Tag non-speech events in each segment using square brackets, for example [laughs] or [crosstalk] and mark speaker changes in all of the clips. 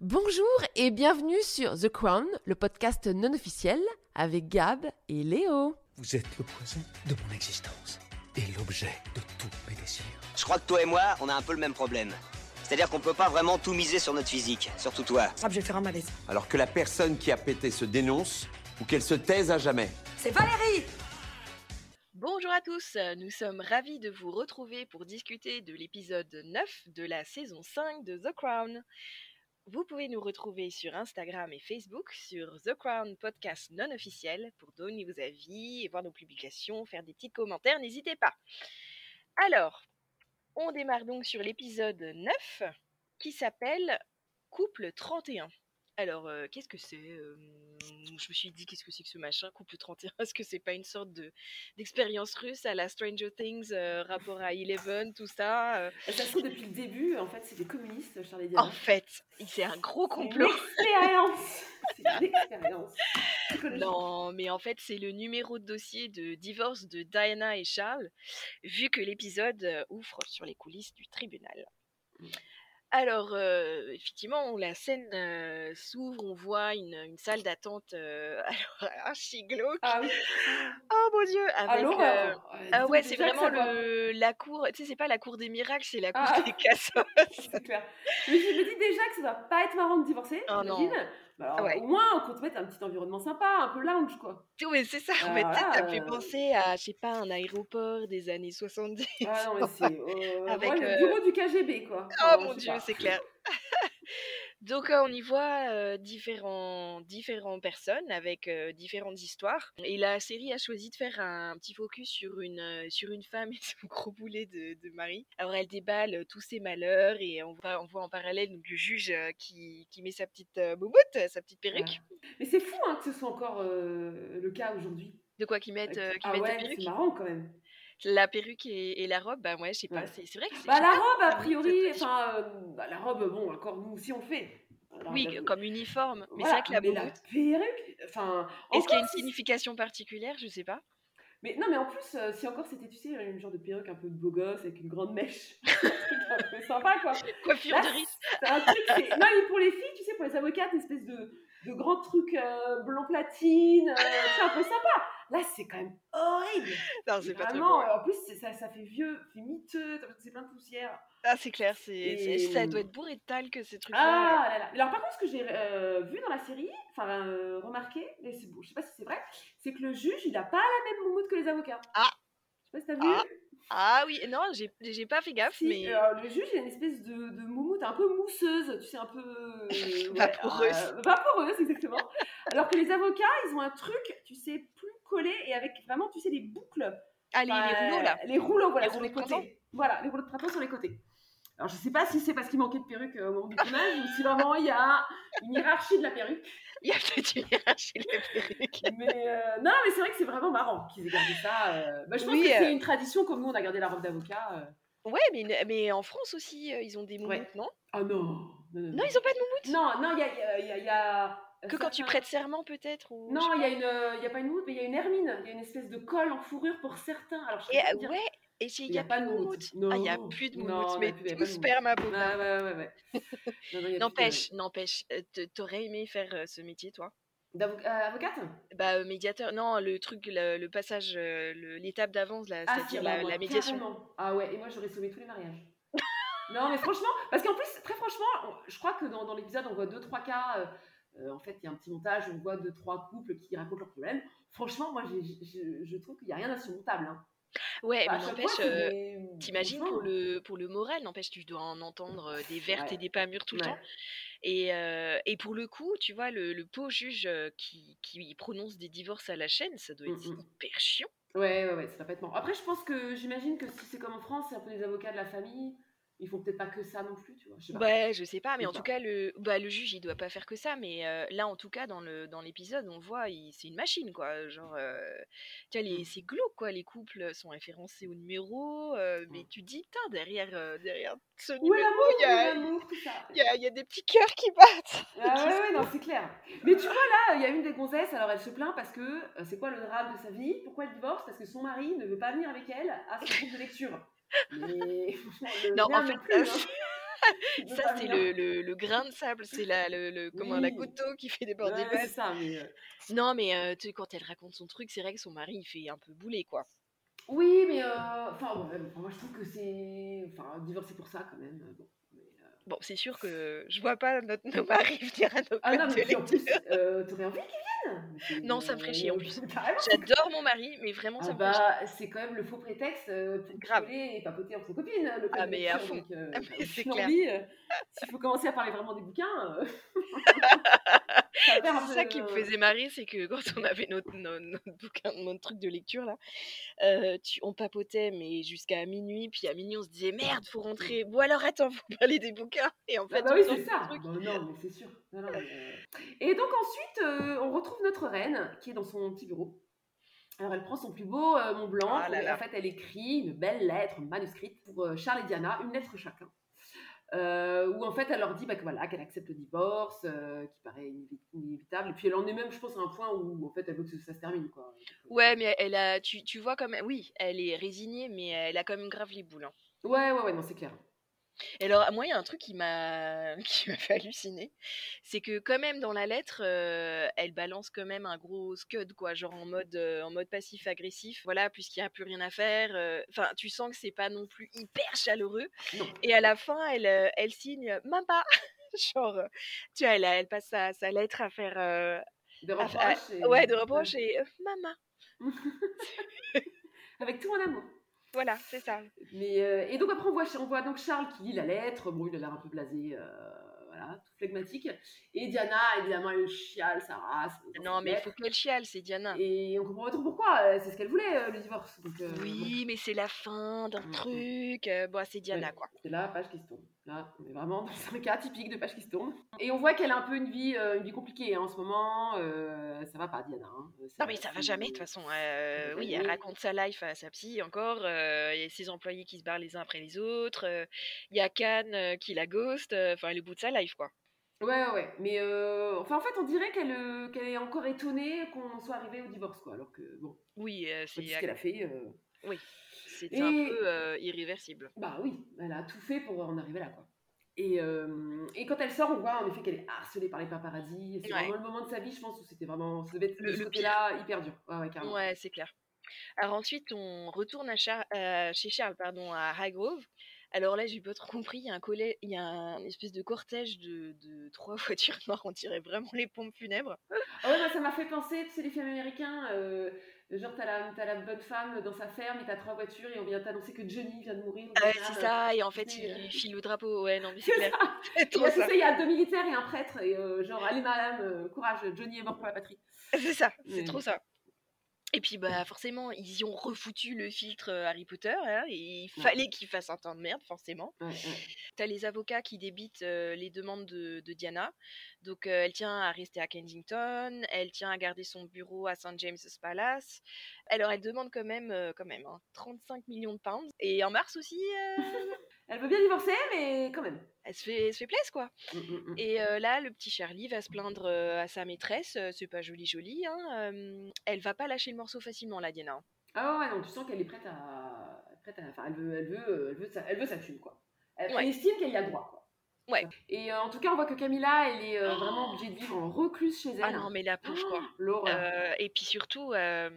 Speaker 1: Bonjour et bienvenue sur The Crown, le podcast non officiel avec Gab et Léo.
Speaker 2: Vous êtes le poison de mon existence et l'objet de tous mes désirs.
Speaker 3: Je crois que toi et moi, on a un peu le même problème. C'est-à-dire qu'on peut pas vraiment tout miser sur notre physique, surtout toi.
Speaker 4: Ah, je vais faire un malaise.
Speaker 5: Alors que la personne qui a pété se dénonce ou qu'elle se taise à jamais.
Speaker 4: C'est Valérie
Speaker 6: Bonjour à tous, euh, nous sommes ravis de vous retrouver pour discuter de l'épisode 9 de la saison 5 de The Crown. Vous pouvez nous retrouver sur Instagram et Facebook sur The Crown Podcast non officiel pour donner vos avis et voir nos publications, faire des petits commentaires, n'hésitez pas. Alors, on démarre donc sur l'épisode 9 qui s'appelle Couple 31. Alors, euh, qu'est-ce que c'est Euh, Je me suis dit, qu'est-ce que c'est que ce machin, Couple 31 [laughs] Est-ce que c'est pas une sorte de d'expérience russe à la Stranger Things, euh, rapport à Eleven, tout ça euh
Speaker 7: Ça se trouve, depuis le début, en fait, c'est des communistes, Charlie Diana.
Speaker 6: En fait, c'est un gros Oh, complot
Speaker 7: C'est une expérience C'est une expérience psychologique.
Speaker 6: Non, mais en fait, c'est le numéro de dossier de divorce de Diana et Charles, vu que l'épisode euh, ouvre sur les coulisses du tribunal. Alors, euh, effectivement, on- la scène euh, s'ouvre, on voit une, une salle d'attente euh, [laughs] alors, archi glauque.
Speaker 7: Ah oui,
Speaker 6: Oh mon dieu avec,
Speaker 7: alors
Speaker 6: euh, Ah ouais, c'est vraiment le, la cour, tu sais, c'est pas la cour des miracles, c'est la cour
Speaker 7: Ah.
Speaker 6: des cassos.
Speaker 7: C'est clair. Mais je me dis déjà que ça va pas être marrant de divorcer,
Speaker 6: Ah non.
Speaker 7: j'imagine. Mais alors,
Speaker 6: Ah ouais.
Speaker 7: Au moins, qu'on te mette un petit environnement sympa, un peu lounge, quoi.
Speaker 6: Tout, mais c'est ça, en
Speaker 7: Ah,
Speaker 6: fait, tu sais, ça
Speaker 7: voilà,
Speaker 6: fait
Speaker 7: euh.
Speaker 6: penser à, je sais pas, un aéroport des années 70.
Speaker 7: [laughs] Ah non, mais c'est...
Speaker 6: [laughs]
Speaker 7: euh,
Speaker 6: Avec,
Speaker 7: ouais,
Speaker 6: euh,
Speaker 7: le bureau du KGB, quoi.
Speaker 6: Oh
Speaker 7: Enfin,
Speaker 6: mon
Speaker 7: je sais
Speaker 6: dieu,
Speaker 7: pas.
Speaker 6: c'est clair. [laughs] Donc euh, on y voit euh, différents, différentes personnes avec euh, différentes histoires. Et la série a choisi de faire un petit focus sur une, euh, sur une femme et son gros boulet de, de mari. Alors elle déballe tous ses malheurs et on voit, on voit en parallèle donc, le juge euh, qui, qui met sa petite euh, bouboute, euh, sa
Speaker 7: Ah,
Speaker 6: petite perruque.
Speaker 7: Mais c'est fou hein, que ce soit encore euh, le cas aujourd'hui.
Speaker 6: De quoi qu'ils mettent, euh, qu'ils
Speaker 7: ah
Speaker 6: mettent la
Speaker 7: ouais,
Speaker 6: perruque.
Speaker 7: c'est marrant, quand même.
Speaker 6: La perruque et, et la robe, bah ouais, je sais pas,
Speaker 7: Ouais.
Speaker 6: c'est c'est vrai que c'est...
Speaker 7: Bah, la robe, a
Speaker 6: Ah, c'est-
Speaker 7: priori, enfin, euh, bah, la robe, bon, encore nous aussi, on le fait. Bah, Alors,
Speaker 6: Oui,
Speaker 7: j'avoue.
Speaker 6: comme uniforme. Mais
Speaker 7: Voilà,
Speaker 6: c'est vrai que
Speaker 7: mais
Speaker 6: la
Speaker 7: la
Speaker 6: bouboute...
Speaker 7: perruque, enfin,
Speaker 6: Est-ce qu'il y a
Speaker 7: encore
Speaker 6: une
Speaker 7: si-
Speaker 6: signification particulière Je sais pas.
Speaker 7: Mais non, mais en plus, euh, si encore c'était, tu sais, une genre de perruque un peu de beau gosse avec une grande mèche, [laughs] un truc un peu sympa
Speaker 6: [laughs]
Speaker 7: quoi.
Speaker 6: Coiffure
Speaker 7: Là,
Speaker 6: de risque.
Speaker 7: C'est un truc, c'est- non mais pour les filles, tu sais, pour les avocates, une espèce de, de grand truc euh, blanc platine, euh, c'est un peu sympa. Là, c'est quand même horrible.
Speaker 6: Non, Ah, c'est pas très
Speaker 7: Vraiment,
Speaker 6: bon.
Speaker 7: euh, en plus, c'est- ça, ça fait vieux, c'est miteux, t'as- c'est plein de poussière.
Speaker 6: Ah, c'est clair, c'est, c'est-
Speaker 7: Et-
Speaker 6: ça doit être bourré de talc, ces trucs-là.
Speaker 7: Ah là là. Alors par contre, ce que j'ai euh, vu dans la série, enfin euh, remarqué, mais c'est- bon, je sais pas si c'est vrai, c'est que le juge, il a pas la même moumoute que les avocats.
Speaker 6: Ah.
Speaker 7: Je sais pas si t'as vu.
Speaker 6: Ah. Ah oui, non, j'ai, j'ai pas fait gaffe,
Speaker 7: Si, euh,
Speaker 6: mais
Speaker 7: alors, le juge, il a une espèce de, de moumoute un peu mousseuse, tu sais, un
Speaker 6: [laughs]
Speaker 7: peu. euh, ouais,
Speaker 6: Vaporeuse.
Speaker 7: euh, vaporeuse, exactement. Alors que les avocats, ils ont un truc, tu sais, plus collé et avec vraiment, tu sais, des boucles.
Speaker 6: ah, les, les
Speaker 7: Enfin,
Speaker 6: rouleaux là.
Speaker 7: Bah, Les rouleaux, voilà,
Speaker 6: Les
Speaker 7: sur les
Speaker 6: rouleaux de
Speaker 7: côtés. Voilà, les rouleaux de printemps sur les côtés. Alors, je sais pas si c'est parce qu'il manquait de perruque euh, au moment du tournage ou si vraiment il y a une hiérarchie de la perruque.
Speaker 6: [laughs] Il y a peut-être une hiérarchie les perruques.
Speaker 7: Mais euh, non, mais c'est vrai que c'est vraiment marrant qu'ils aient gardé ça. euh. Bah, je pense
Speaker 6: Oui,
Speaker 7: que
Speaker 6: euh.
Speaker 7: c'est une tradition comme nous, on a gardé la robe d'avocat. euh.
Speaker 6: Ouais, mais, ne- mais en France aussi, euh, ils ont des moumoutes,
Speaker 7: Ouais.
Speaker 6: non
Speaker 7: Ah non Non, non, non.
Speaker 6: Non, ils ont pas de moumoutes.
Speaker 7: Non, non, il y a, y a- y a- y a- euh,
Speaker 6: Que quand tu
Speaker 7: certains-
Speaker 6: prêtes serment, peut-être ou...
Speaker 7: Non, il y a une, euh, y a pas une moumoute, mais il y a une hermine. Il y a une espèce de colle en fourrure pour certains. Alors, je
Speaker 6: Et,
Speaker 7: sais pas
Speaker 6: euh,
Speaker 7: dire.
Speaker 6: ouais, et j'ai- il
Speaker 7: Il
Speaker 6: y
Speaker 7: y
Speaker 6: a,
Speaker 7: a pas
Speaker 6: plus
Speaker 7: de
Speaker 6: de moumoutes.
Speaker 7: moumoutes.
Speaker 6: Ah, il y a
Speaker 7: Non.
Speaker 6: plus de
Speaker 7: Non,
Speaker 6: moumoutes,
Speaker 7: on a
Speaker 6: mais
Speaker 7: plus- il y a
Speaker 6: tout
Speaker 7: pas de
Speaker 6: sperme à bout.
Speaker 7: Ouais, ouais,
Speaker 6: [laughs]
Speaker 7: ouais, ouais. Non, non, y a plus de
Speaker 6: N'empêche, n'empêche, euh, t- t'aurais aimé faire euh, ce métier, toi
Speaker 7: moumoute. D'avo- euh, avocate
Speaker 6: Bah, euh, médiateur, non, le truc, le, le passage, euh, le- l'étape d'avance, là,
Speaker 7: Ah,
Speaker 6: c'est-à-dire
Speaker 7: si,
Speaker 6: la,
Speaker 7: bah, moi,
Speaker 6: la médiation.
Speaker 7: carrément. Ah ouais, et moi, j'aurais sauvé tous les mariages. [laughs] non, mais franchement, parce qu'en plus, très franchement, on- je crois que dans, dans l'épisode, on voit deux, trois cas. euh, euh, en fait, il y a un petit montage, on voit deux, trois couples qui racontent leurs problèmes. Franchement, moi, j'ai- je, je trouve qu'il n'y a rien d'insurmontable. hein.
Speaker 6: Ouais,
Speaker 7: Bah, à
Speaker 6: mais
Speaker 7: chaque
Speaker 6: n'empêche,
Speaker 7: fois, c'est
Speaker 6: euh,
Speaker 7: des-
Speaker 6: t'imagines
Speaker 7: franchement,
Speaker 6: pour le, pour le moral, n'empêche, tu dois en entendre euh, des vertes
Speaker 7: Ouais.
Speaker 6: et des pas mûres tout le
Speaker 7: ouais.
Speaker 6: temps. Et, euh, et pour le coup, tu vois, le, le pauvre juge euh, qui, qui prononce des divorces à la chaîne, ça doit être
Speaker 7: Mm, mm.
Speaker 6: hyper chiant.
Speaker 7: Ouais, ouais, ouais, c'est complètement. Après, je pense que j'imagine que si c'est comme en France, c'est un peu les avocats de la famille, ils font peut-être pas que ça non plus, tu vois. Je sais pas.
Speaker 6: Bah, je sais pas, mais
Speaker 7: Je
Speaker 6: en
Speaker 7: sais
Speaker 6: tout
Speaker 7: pas.
Speaker 6: cas, le, bah, le juge, il doit pas faire que ça. Mais euh, là, en tout cas, dans le dans l'épisode, on voit, il- c'est une machine, quoi. Genre, euh, tu vois,
Speaker 7: Mmh.
Speaker 6: les- c'est glauque, quoi. Les couples sont référencés au numéro, euh, mais
Speaker 7: Mm.
Speaker 6: tu te dis, putain, derrière, euh, derrière ce
Speaker 7: Où
Speaker 6: numéro,
Speaker 7: est
Speaker 6: il hein. y a,
Speaker 7: l'amour, où est l'amour, tout ça.
Speaker 6: il y a- il y a des petits cœurs qui battent.
Speaker 7: Ah ouais, ouais, non, c'est clair. Mais tu vois, là, il y a une des gonzesses, alors elle se plaint parce que euh, c'est quoi le drame de sa vie Pourquoi elle divorce Parce que son mari ne veut pas venir avec elle à son groupe de lecture. Mais [laughs] franchement, le
Speaker 6: Non, en
Speaker 7: mien
Speaker 6: fait,
Speaker 7: plus,
Speaker 6: là,
Speaker 7: hein.
Speaker 6: [laughs]
Speaker 7: veux
Speaker 6: Ça,
Speaker 7: pas
Speaker 6: c'est
Speaker 7: venir.
Speaker 6: le, le- le grain de sable, c'est la, le, le- comment, la
Speaker 7: Oui.
Speaker 6: couteau qui fait
Speaker 7: Ouais,
Speaker 6: déborder le
Speaker 7: c'est
Speaker 6: vase.
Speaker 7: ça, mais, euh,
Speaker 6: Non, mais euh, tu sais, quand elle raconte son truc, c'est vrai que son mari, il fait un peu bouler, quoi.
Speaker 7: Oui, mais euh, enfin, ouais, enfin, moi je trouve que c'est. Enfin, divorcer pour ça quand même. euh, Bon. Mais, euh,
Speaker 6: Bon, c'est sûr que je vois pas notre, nos maris [laughs] venir à nos
Speaker 7: Ah non,
Speaker 6: côtés.
Speaker 7: mais puis en
Speaker 6: [laughs]
Speaker 7: plus, euh, t'aurais envie qu'ils viennent Mais c'est-
Speaker 6: Non, ça me ferait chier, en plus.
Speaker 7: [laughs] Carrément.
Speaker 6: J'adore mon mari, mais vraiment, ça
Speaker 7: Ah
Speaker 6: me fait chier.
Speaker 7: bah, c'est quand même le faux prétexte euh, pour
Speaker 6: Grave.
Speaker 7: coller et papoter entre copines. hein, Le
Speaker 6: Ah, mais à fond.
Speaker 7: euh,
Speaker 6: [laughs] Ah, mais c'est clair.
Speaker 7: S'il faut commencer à parler vraiment des bouquins,
Speaker 6: [laughs]
Speaker 7: euh, [laughs] va faire un
Speaker 6: C'est ça
Speaker 7: peu-
Speaker 6: qui me faisait marrer, c'est que quand on avait notre, no- notre, bouquin, notre truc de lecture, là, euh, tu- on papotait, mais jusqu'à minuit, puis à minuit, on se disait, merde, faut rentrer, ou alors attends, faut [laughs] parler des bouquins, et en
Speaker 7: Ah
Speaker 6: fait,
Speaker 7: bah
Speaker 6: on
Speaker 7: oui,
Speaker 6: sort
Speaker 7: c'est
Speaker 6: ce
Speaker 7: ça.
Speaker 6: truc.
Speaker 7: Bah non, mais c'est sûr. Non, non, mais, euh, Et donc ensuite, euh, on retrouve notre reine qui est dans son petit bureau. Alors elle prend son plus beau euh, Mont Blanc.
Speaker 6: Ah là
Speaker 7: et
Speaker 6: là.
Speaker 7: En fait, elle écrit une belle lettre manuscrite pour euh, Charles et Diana, une lettre chacun. Euh, où en fait elle leur dit bah, que voilà, qu'elle accepte le divorce, euh, qui paraît inévi- inévitable. Et puis elle en est même, je pense, à un point où en fait elle veut que ça se termine. Quoi.
Speaker 6: Ouais, mais elle a, tu, tu vois comme, oui, elle est résignée, mais elle a quand même grave les boules. hein.
Speaker 7: Ouais, ouais, ouais, non, c'est clair.
Speaker 6: Et alors, moi, il y a un truc qui m'a [laughs] qui m'a fait halluciner, c'est que quand même dans la lettre, euh, elle balance quand même un gros scud, quoi, genre en mode euh, en mode passif agressif, voilà, puisqu'il n'y a plus rien à faire. euh, Enfin, tu sens que c'est pas non plus hyper chaleureux.
Speaker 7: Non.
Speaker 6: Et à la fin, elle euh, elle signe euh, Mama, [laughs] genre, euh, tu vois, elle, a- elle passe sa, sa lettre à faire euh,
Speaker 7: De
Speaker 6: Ah,
Speaker 7: reproches. et-
Speaker 6: ouais de reproche et euh, Mama,
Speaker 7: Avec tout mon amour.
Speaker 6: voilà, c'est ça.
Speaker 7: Mais, euh, et donc après on voit, on voit donc Charles qui lit la lettre, bon il a l'air un peu blasé, euh, voilà, tout flegmatique. Et Diana, évidemment, elle chiale sa race. dans
Speaker 6: Non,
Speaker 7: cette
Speaker 6: mais il faut
Speaker 7: lettre.
Speaker 6: qu'elle chiale, c'est Diana.
Speaker 7: Et on comprend pas trop pourquoi, euh, c'est ce qu'elle voulait, euh, le divorce. Donc, euh,
Speaker 6: Oui, mais c'est la fin d'un
Speaker 7: Mm, mm.
Speaker 6: truc. euh, bon, c'est Diana,
Speaker 7: Ouais.
Speaker 6: quoi.
Speaker 7: bon, c'est là, page qui se tourne. Là, on est vraiment dans un cas typique de page qui se tourne. Et on voit qu'elle a un peu une vie, euh, une vie compliquée hein, en ce moment, euh, ça va pas Diana. hein.
Speaker 6: Non, mais ça va jamais, de toute façon. euh,
Speaker 7: ça va
Speaker 6: oui, elle
Speaker 7: jamais.
Speaker 6: raconte sa life à sa psy encore. euh, Il y a ses employés qui se barrent les uns après les autres. euh, Il y a Cannes euh, qui la ghost. euh, Enfin, elle est au bout de sa life, quoi.
Speaker 7: Ouais, ouais, ouais. Mais euh, enfin, en fait, on dirait qu'elle euh, qu'elle est encore étonnée qu'on en soit arrivé au divorce, quoi. Alors que, bon,
Speaker 6: Oui, euh,
Speaker 7: c'est
Speaker 6: c'est
Speaker 7: ce qu'elle a fait. euh,
Speaker 6: c'est un
Speaker 7: Et-
Speaker 6: peu euh, irréversible.
Speaker 7: Bah oui, elle a tout fait pour en arriver là, quoi. Et, euh, et quand elle sort, on voit en effet qu'elle est harcelée par les paparazzi. C'est
Speaker 6: Ouais.
Speaker 7: vraiment le moment de sa vie, je pense, où c'était vraiment. Ça devait être
Speaker 6: Le-
Speaker 7: de ce
Speaker 6: le
Speaker 7: côté-là hyper dur. Ouais, ouais, carrément.
Speaker 6: Ouais, c'est clair. Alors ensuite, on retourne à Char- euh, chez Charles, pardon, à Highgrove. Alors là, j'ai pas trop compris. Il y a un collè- il y a un espèce de cortège de, de trois [laughs] voitures noires. On dirait vraiment les pompes funèbres.
Speaker 7: Ah ouais, bah, ça m'a fait penser, tu sais, les films américains, euh, genre t'as la, t'as la bonne femme dans sa ferme et t'as trois voitures et on vient t'annoncer que Johnny vient de mourir. au
Speaker 6: Ah Ouais,
Speaker 7: Vietnam.
Speaker 6: c'est ça, et en fait,
Speaker 7: c'est,
Speaker 6: il file le drapeau. Ouais, non, mais c'est clair. [laughs] C'est
Speaker 7: Et
Speaker 6: trop
Speaker 7: là, tu
Speaker 6: ça.
Speaker 7: sais, il y a deux militaires et un prêtre, et euh, genre, allez madame, euh, courage, Johnny est mort pour la patrie.
Speaker 6: C'est ça, c'est
Speaker 7: Mais-
Speaker 6: trop ça. Et puis, bah, forcément, ils y ont refoutu le filtre euh, Harry Potter, hein, et il
Speaker 7: Ouais.
Speaker 6: fallait qu'ils fassent un temps de merde, forcément.
Speaker 7: Ouais, ouais.
Speaker 6: T'as les avocats qui débitent euh, les demandes de, de Diana. Donc, euh, elle tient à rester à Kensington, elle tient à garder son bureau à St. James's Palace. Alors, elle demande quand même, euh, quand même hein, 35 millions de pounds. Et en mars aussi, euh,
Speaker 7: Elle veut bien divorcer, mais quand même.
Speaker 6: elle, se fait, elle se fait plaisir, quoi.
Speaker 7: Mm, mm, mm.
Speaker 6: Et euh, là, le petit Charlie va se plaindre euh, à sa maîtresse. euh, C'est pas joli, joli. Hein, euh, elle va pas lâcher le morceau facilement, la Diana.
Speaker 7: Ah ouais, non, tu sens qu'elle est prête à. Prête à... Enfin, elle veut, elle, veut, elle, veut sa... elle veut sa thune, quoi. Elle, elle
Speaker 6: Ouais.
Speaker 7: estime qu'elle y a droit, quoi.
Speaker 6: Ouais.
Speaker 7: Et euh, en tout cas, on voit que Camilla, elle est euh,
Speaker 6: Oh.
Speaker 7: vraiment obligée de vivre en recluse chez elle.
Speaker 6: Ah non, mais la pauvre, quoi.
Speaker 7: Oh, l'horreur.
Speaker 6: Euh, et puis surtout, euh,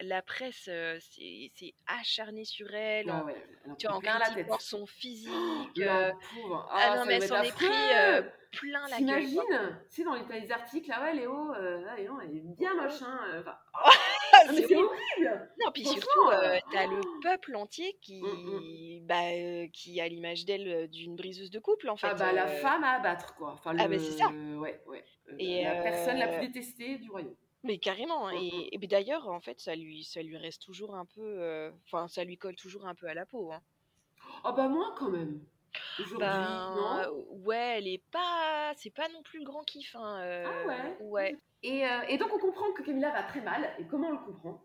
Speaker 6: la presse euh, s'est s'est acharnée sur elle.
Speaker 7: Ah
Speaker 6: en-
Speaker 7: ouais, elle en
Speaker 6: Tu vois,
Speaker 7: prend
Speaker 6: en
Speaker 7: plein la tête.
Speaker 6: critiquant son
Speaker 7: [gasps]
Speaker 6: physique, euh,
Speaker 7: La pauvre.
Speaker 6: ah non, mais
Speaker 7: ça doit
Speaker 6: elle
Speaker 7: être
Speaker 6: s'en est pris,
Speaker 7: affreux.
Speaker 6: euh, plein la gueule. quoi.
Speaker 7: T'imagines Tu sais, dans les, t'as les articles, ah ouais, Léo, euh, ah, Léo, elle est bien moche, hein. euh, enfin,
Speaker 6: [laughs] Ah,
Speaker 7: mais
Speaker 6: c'est
Speaker 7: c'est
Speaker 6: horrible.
Speaker 7: horrible
Speaker 6: Non, puis
Speaker 7: Franchement,
Speaker 6: surtout, euh,
Speaker 7: euh,
Speaker 6: t'as
Speaker 7: [gasps]
Speaker 6: le peuple entier qui,
Speaker 7: Mm,
Speaker 6: bah, euh, qui a l'image d'elle euh, d'une briseuse de couple, en fait.
Speaker 7: Ah bah, la
Speaker 6: euh,
Speaker 7: femme à abattre, quoi. Enfin,
Speaker 6: ah
Speaker 7: le-
Speaker 6: bah, c'est ça.
Speaker 7: Ouais, ouais. Euh,
Speaker 6: Et,
Speaker 7: la
Speaker 6: euh,
Speaker 7: personne la plus détestée du royaume.
Speaker 6: Mais carrément, hein,
Speaker 7: Mm,
Speaker 6: et, et ben d'ailleurs, en fait, ça lui, ça lui reste toujours un peu, euh, enfin, ça lui colle toujours un peu à la peau. Hein.
Speaker 7: Ah bah moi quand même. Aujourd'hui,
Speaker 6: Ben,
Speaker 7: non.
Speaker 6: euh, ouais, elle est pas, c'est pas non plus le grand kiff. Hein, euh,
Speaker 7: Ah ouais.
Speaker 6: ouais.
Speaker 7: Et, euh, et donc on comprend que Camilla va très mal. Et comment on le
Speaker 6: [laughs]
Speaker 7: comprend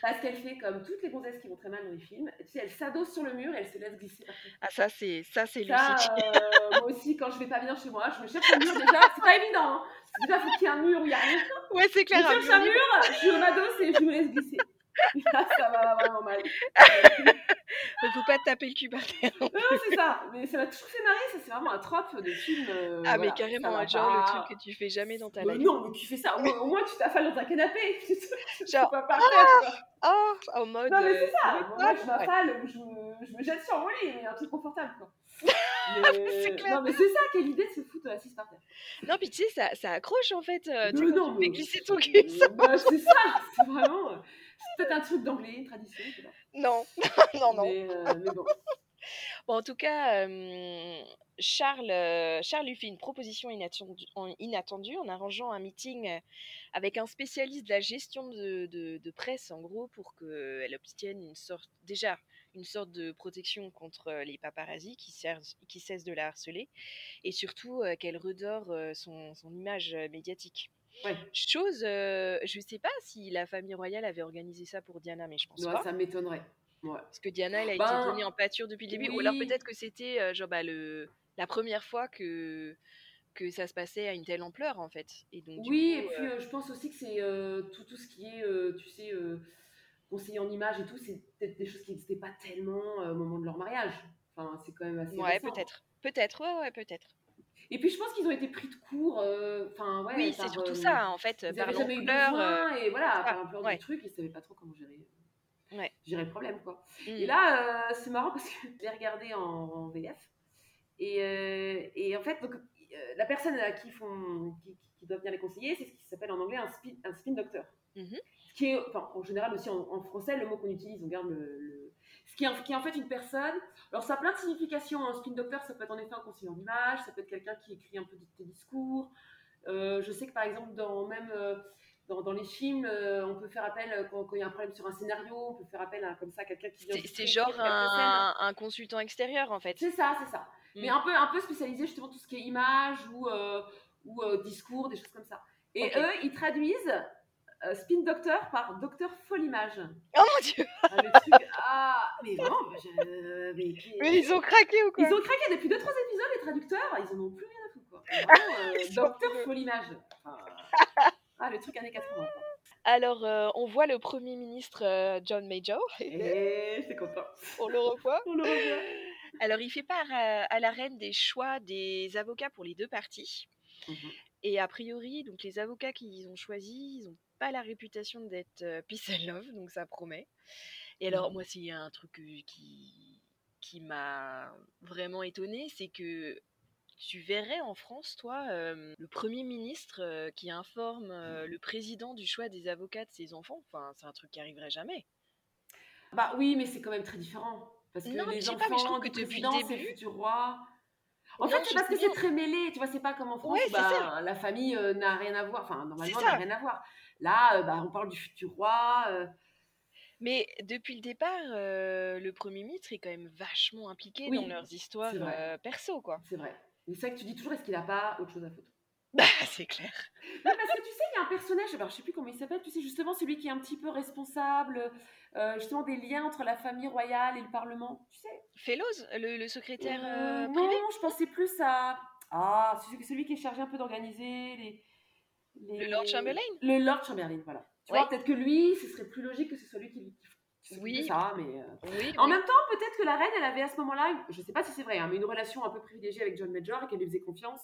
Speaker 7: Parce qu'elle fait comme toutes les gonzesses qui vont très mal dans les films. Tu sais, elle s'adosse sur le mur et elle se laisse glisser partout.
Speaker 6: Ah ça c'est, ça c'est
Speaker 7: Ça,
Speaker 6: [laughs] lucide.
Speaker 7: euh, moi aussi, quand je vais pas bien chez moi, je me cherche un mur déjà. C'est pas évident. Hein. Déjà, faut qu'il y ait un mur où il y a rien.
Speaker 6: Ouais, c'est
Speaker 7: Je
Speaker 6: clair.
Speaker 7: me cherche
Speaker 6: un
Speaker 7: un
Speaker 6: mur
Speaker 7: mur, je m'adosse et je me laisse glisser. Et là, ça va vraiment mal.
Speaker 6: Il faut pas taper le cul par terre.
Speaker 7: Non, non, c'est ça. Mais ça m'a toujours fait marrer. Ça, c'est vraiment un trope de film. euh,
Speaker 6: Ah,
Speaker 7: voilà,
Speaker 6: mais carrément,
Speaker 7: ça va
Speaker 6: genre
Speaker 7: pas.
Speaker 6: le truc que tu fais jamais dans ta
Speaker 7: Mais
Speaker 6: life.
Speaker 7: Bah non, mais tu fais ça. Au moins, au moins, tu t'affales dans un canapé. [laughs] Tu te-
Speaker 6: Genre,
Speaker 7: tu vas pas faire, quoi.
Speaker 6: Oh, en mode.
Speaker 7: Non, mais
Speaker 6: euh,
Speaker 7: c'est ça. Moi,
Speaker 6: ouais.
Speaker 7: je m'affale, ou je, me- je me jette sur mon lit, mais un truc confortable.
Speaker 6: [laughs]
Speaker 7: Quoi. Mais- euh,
Speaker 6: C'est clair.
Speaker 7: Non, mais c'est ça. Quelle idée de se foutre assise par terre.
Speaker 6: Non, puis tu sais, ça, ça accroche en fait. euh, tu
Speaker 7: Mais
Speaker 6: sais, quand
Speaker 7: non,
Speaker 6: tu fais
Speaker 7: mais-
Speaker 6: glisser
Speaker 7: [laughs]
Speaker 6: ton cul. [laughs] ça-
Speaker 7: Bah, c'est ça. C'est vraiment. euh, C'est peut-être un truc d'anglais, une tradition. je sais pas.
Speaker 6: Non, non, non.
Speaker 7: Mais, euh, mais bon.
Speaker 6: Bon, en tout cas, euh, Charles, euh, Charles lui fait une proposition inattendu- en- inattendue en arrangeant un meeting euh, avec un spécialiste de la gestion de, de- de presse, en gros, pour qu'elle obtienne une sorte, déjà une sorte de protection contre euh, les paparazzis qui, servent- qui cessent de la harceler et surtout euh, qu'elle redore euh, son, son image euh, médiatique.
Speaker 7: Ouais.
Speaker 6: Chose, euh, je ne sais pas si la famille royale avait organisé ça pour Diana, mais je pense
Speaker 7: Ouais,
Speaker 6: pas.
Speaker 7: ça m'étonnerait. Ouais.
Speaker 6: Parce que Diana, elle a
Speaker 7: Ben,
Speaker 6: été donnée en pâture depuis le début. Ou alors
Speaker 7: oui.
Speaker 6: peut-être que c'était euh, genre bah, le, la première fois que, que ça se passait à une telle ampleur, en fait. Et donc, du
Speaker 7: Oui, et
Speaker 6: coup,
Speaker 7: puis
Speaker 6: euh,
Speaker 7: euh, je pense aussi que c'est euh, tout, tout ce qui est, euh, tu sais, euh, conseiller en image et tout, c'est peut-être des choses qui n'existaient pas tellement euh, au moment de leur mariage. Enfin, c'est quand même assez.
Speaker 6: ouais,
Speaker 7: récent.
Speaker 6: peut-être. Peut-être, ouais, ouais, peut-être.
Speaker 7: Et puis je pense qu'ils ont été pris de court. euh, Enfin, ouais.
Speaker 6: oui, c'est
Speaker 7: par,
Speaker 6: surtout
Speaker 7: euh,
Speaker 6: ça, hein, en fait,
Speaker 7: Ils
Speaker 6: par
Speaker 7: n'avaient jamais eu
Speaker 6: l'ampleur. euh,
Speaker 7: besoin et voilà,
Speaker 6: ça,
Speaker 7: par l'ampleur
Speaker 6: ouais.
Speaker 7: du truc, ils savaient pas trop comment gérer. euh,
Speaker 6: Ouais.
Speaker 7: Gérer le problème, quoi.
Speaker 6: hmm.
Speaker 7: Et là, euh, c'est marrant parce que je l'ai regardé en, en VF. Et, euh, et en fait, donc, euh, la personne à qui, ils font, qui, qui- qui doit venir les conseiller, c'est ce qui s'appelle en anglais un spin, un spin doctor.
Speaker 6: Mhm.
Speaker 7: Ce qui est, enfin, en général aussi en, en français, le mot qu'on utilise, on garde le. le- Ce qui, est, en- qui est en fait une personne. Alors ça a plein de significations. Un spin doctor, ça peut être en effet un conseiller en image, ça peut être quelqu'un qui écrit un peu des discours. Euh, je sais que par exemple, dans même. euh, dans, dans les films, euh, on peut faire appel euh, quand quand il y a un problème sur un scénario, on peut faire appel à comme ça quelqu'un qui vient.
Speaker 6: C'est- C'est
Speaker 7: écrire
Speaker 6: genre
Speaker 7: quelques scènes. Mmh.
Speaker 6: un, un consultant extérieur, en fait.
Speaker 7: C'est ça, c'est ça.
Speaker 6: Mm.
Speaker 7: Mais un peu, un peu spécialisé justement tout ce qui est image ou, euh, ou euh, discours, des choses comme ça. Et
Speaker 6: Ok.
Speaker 7: eux, ils traduisent euh, Spin Doctor par Docteur
Speaker 6: [laughs]
Speaker 7: Folimage.
Speaker 6: Oh mon dieu
Speaker 7: Ah, le truc, ah, mais vraiment, je- mais qui-
Speaker 6: Mais ils ont craqué ou quoi
Speaker 7: ils ont craqué depuis 2-3 épisodes, les traducteurs, ils en ont plus rien à
Speaker 6: [laughs]
Speaker 7: foutre. Quoi. Vraiment, euh,
Speaker 6: Ils ont
Speaker 7: Docteur
Speaker 6: plus de-
Speaker 7: Folimage.
Speaker 6: [laughs]
Speaker 7: Enfin, ah, le truc années 80. quoi.
Speaker 6: Alors, euh, on voit le Premier ministre euh, John Major.
Speaker 7: Et c'est content.
Speaker 6: on le revoit.
Speaker 7: On le revoit.
Speaker 6: Alors, il fait part à, à la reine des choix des avocats pour les deux parties. Et a priori, donc les avocats qu'ils ont choisis, ils n'ont pas la réputation d'être euh, peace and love, donc ça promet. Et alors, moi, s'il y a un truc euh, qui, qui m'a vraiment étonnée, c'est que tu verrais en France, toi, euh, le Premier ministre euh, qui informe euh, le président du choix des avocats de ses enfants. Enfin, c'est un truc qui arriverait jamais.
Speaker 7: Bah oui, mais c'est quand même très différent. Parce que
Speaker 6: Non, mais je
Speaker 7: les
Speaker 6: sais
Speaker 7: enfants
Speaker 6: pas, mais je trouve
Speaker 7: du
Speaker 6: que depuis le
Speaker 7: président, c'est
Speaker 6: début-
Speaker 7: le futur roi. En
Speaker 6: Non,
Speaker 7: fait,
Speaker 6: je
Speaker 7: c'est parce
Speaker 6: sais
Speaker 7: que c'est
Speaker 6: bien.
Speaker 7: très mêlé. Tu vois, c'est pas comme en France,
Speaker 6: Ouais, c'est
Speaker 7: bah,
Speaker 6: ça.
Speaker 7: la famille euh, n'a rien à voir. Enfin, normalement,
Speaker 6: C'est
Speaker 7: n'a
Speaker 6: ça.
Speaker 7: rien à voir. Là, euh, bah, on parle du futur roi. euh,
Speaker 6: Mais depuis le départ, euh, le Premier ministre est quand même vachement impliqué
Speaker 7: Oui,
Speaker 6: dans leurs histoires
Speaker 7: vrai.
Speaker 6: euh, perso,
Speaker 7: [laughs]
Speaker 6: quoi.
Speaker 7: c'est vrai. Mais c'est vrai que tu dis toujours, est-ce qu'il a pas autre chose à foutre
Speaker 6: Bah, c'est clair.
Speaker 7: Non, parce que tu sais, il y a un personnage, alors je sais plus comment il s'appelle, tu sais, justement, celui qui est un petit peu responsable, euh, justement, des liens entre la famille royale et le Parlement. Tu sais
Speaker 6: Fellows, le, le secrétaire
Speaker 7: Euh,
Speaker 6: euh,
Speaker 7: non,
Speaker 6: privé
Speaker 7: je pensais plus à. Ah, celui, celui qui est chargé un peu d'organiser les, les-
Speaker 6: Le Lord Chamberlain
Speaker 7: Le Lord Chamberlain, voilà. Tu
Speaker 6: Ouais.
Speaker 7: vois, peut-être que lui, ce serait plus logique que ce soit lui qui. qui s'occupe de
Speaker 6: Oui.
Speaker 7: Ça, mais. euh,
Speaker 6: Oui,
Speaker 7: En
Speaker 6: oui.
Speaker 7: même temps, peut-être que la reine, elle avait à ce moment-là, une- je sais pas si c'est vrai, hein, mais une relation un peu privilégiée avec John Major et qu'elle lui faisait confiance.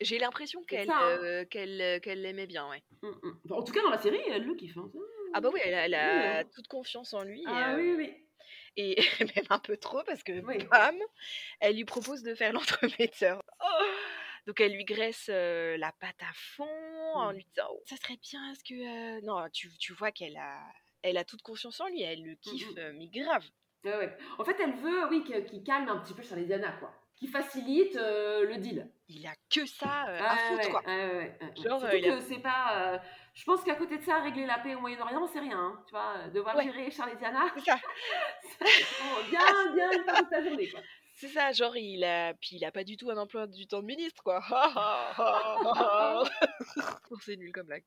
Speaker 6: j'ai l'impression qu'elle
Speaker 7: ça, hein.
Speaker 6: euh, qu'elle euh, qu'elle l'aimait bien, ouais.
Speaker 7: Hum, hum. Enfin, en tout cas, dans la série, elle le kiffe. hein.
Speaker 6: Mm, Ah bah oui, elle a, elle a
Speaker 7: Oui, hein.
Speaker 6: toute confiance en lui.
Speaker 7: Ah
Speaker 6: euh,
Speaker 7: oui, oui.
Speaker 6: Et [laughs] même un peu trop, parce que
Speaker 7: Oui.
Speaker 6: bam, elle lui propose de faire [laughs] l'entremetteur. Oh Donc elle lui graisse euh, la pâte à fond en
Speaker 7: Mm.
Speaker 6: lui disant Oh, Ça serait bien, est-ce que... euh, Non, tu, tu vois qu'elle a... Elle a toute confiance en lui, elle le kiffe,
Speaker 7: mm.
Speaker 6: euh, mais grave.
Speaker 7: Ouais, ouais. En fait, elle veut, oui, que- qu'il calme un petit peu Charlie Diana, quoi. Qui facilite euh, le deal.
Speaker 6: Il a que ça euh, à
Speaker 7: Ah
Speaker 6: foutre,
Speaker 7: ouais,
Speaker 6: quoi.
Speaker 7: ouais, ouais, ouais, ouais.
Speaker 6: Genre,
Speaker 7: Surtout
Speaker 6: euh, il a-
Speaker 7: que c'est pas. euh, je pense qu'à côté de ça, régler la paix au Moyen-Orient, c'est rien. hein, tu vois, euh, devoir
Speaker 6: Ouais.
Speaker 7: gérer Charles et Diana,
Speaker 6: C'est
Speaker 7: [laughs]
Speaker 6: ça.
Speaker 7: bon, bien, bien, une part de ta journée. Quoi.
Speaker 6: C'est ça, [laughs]
Speaker 7: [laughs]
Speaker 6: genre il a, puis il a pas du tout un emploi du temps de ministre quoi. [laughs] Bon, c'est nul
Speaker 7: [laughs]
Speaker 6: comme blague.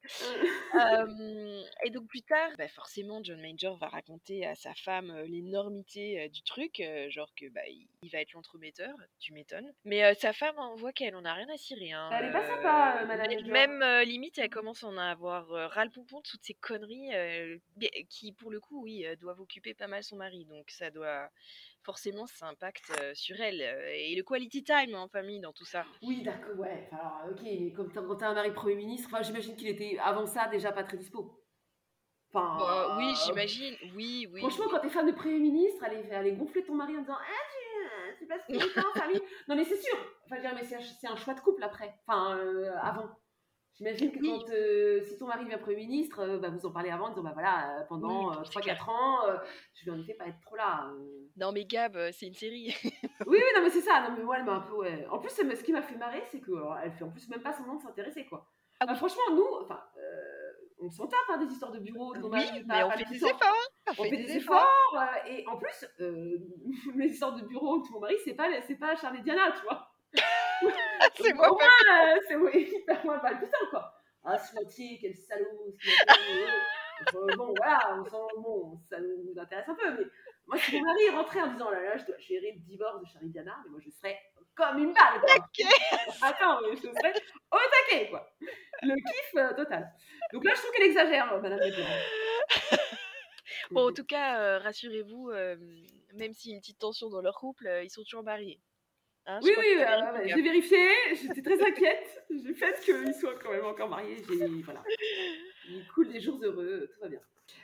Speaker 6: Euh, et donc plus tard, bah, forcément, John Major va raconter à sa femme euh, l'énormité euh, du truc, euh, genre que bah, il, il va être l'entremetteur, tu m'étonnes. Mais euh, sa femme, on voit qu'elle en a rien à cirer. hein.
Speaker 7: Elle est pas sympa, euh, Madame
Speaker 6: mais-
Speaker 7: Major.
Speaker 6: Même euh, limite, elle commence à en avoir euh, ras le pompon de toutes ces conneries euh, bien- qui, pour le coup, oui, euh, doivent occuper pas mal son mari. Donc ça doit forcément, ça impacte euh, sur elle euh, et le quality time hein, en famille dans tout ça.
Speaker 7: Oui, d'accord, ouais. Enfin, Alors, ok, mais comme t'as- quand t'as un mari Premier ministre, enfin, j'imagine qu'il était avant ça déjà pas très dispo. Enfin,
Speaker 6: Bah, oui,
Speaker 7: euh,
Speaker 6: j'imagine. Oui, oui.
Speaker 7: Franchement, quand t'es fan de Premier ministre, aller, aller gonfler ton mari en disant Ah, tu, tu passes ton temps
Speaker 6: [laughs]
Speaker 7: en famille. Non, mais c'est sûr. Enfin, je veux dire, mais c'est un- c'est un choix de couple après. Enfin, euh, avant. J'imagine que
Speaker 6: Oui.
Speaker 7: quand, euh, si ton mari devient Premier ministre, euh, bah, vous en parlez avant en disant Bah voilà, euh, pendant
Speaker 6: Oui, c'est
Speaker 7: 3-4 ans, euh, je vais en effet pas être trop là. euh.
Speaker 6: Non mais Gab, euh, c'est une
Speaker 7: [laughs]
Speaker 6: série.
Speaker 7: Oui, oui, non, mais c'est ça. Non, mais moi, elle m'a un peu. ouais. En plus, ça m'a- ce qui m'a fait marrer, c'est que alors, elle fait en plus même pas semblant de s'intéresser, quoi.
Speaker 6: Ah
Speaker 7: Bah,
Speaker 6: oui.
Speaker 7: franchement, nous, enfin, euh, on s'en tape hein, des histoires de bureau, de nos
Speaker 6: oui,
Speaker 7: maris,
Speaker 6: mais
Speaker 7: pas-
Speaker 6: on
Speaker 7: pas
Speaker 6: fait
Speaker 7: tout
Speaker 6: des
Speaker 7: ça.
Speaker 6: efforts.
Speaker 7: On fait des efforts. euh, et en plus, euh, [laughs] les histoires de bureau de mon mari, c'est pas, c'est pas Charlie Diana, tu vois.
Speaker 6: [laughs] C'est
Speaker 7: Au
Speaker 6: moi.
Speaker 7: moins, euh, c'est oui, [laughs] hyper moins pas le putain, quoi. Ah, ce moitié, quel salaud. ce moitié, euh, euh, bon, voilà, on s'en- bon, ça nous intéresse un peu, mais moi, si mon mari rentrait en disant, oh là là, je dois gérer le divorce de Charlie Diana, mais moi, je serais comme une
Speaker 6: [laughs]
Speaker 7: balle, quoi. Attends, mais je serais au taquet, quoi. Le kiff euh, total. Donc là, je trouve qu'elle exagère, euh, madame. Leclerc.
Speaker 6: Bon, en tout cas, euh, rassurez-vous, euh, même s'il y a une petite tension dans leur couple, euh, ils sont toujours mariés. Hein, je
Speaker 7: Oui,
Speaker 6: crois
Speaker 7: oui,
Speaker 6: que t'as
Speaker 7: euh,
Speaker 6: raison,
Speaker 7: ouais,
Speaker 6: Gab.
Speaker 7: j'ai vérifié, j'étais très inquiète. [laughs] J'ai fait qu'ils soient quand même encore mariés. J'ai, voilà. Il coule des jours heureux, tout va bien.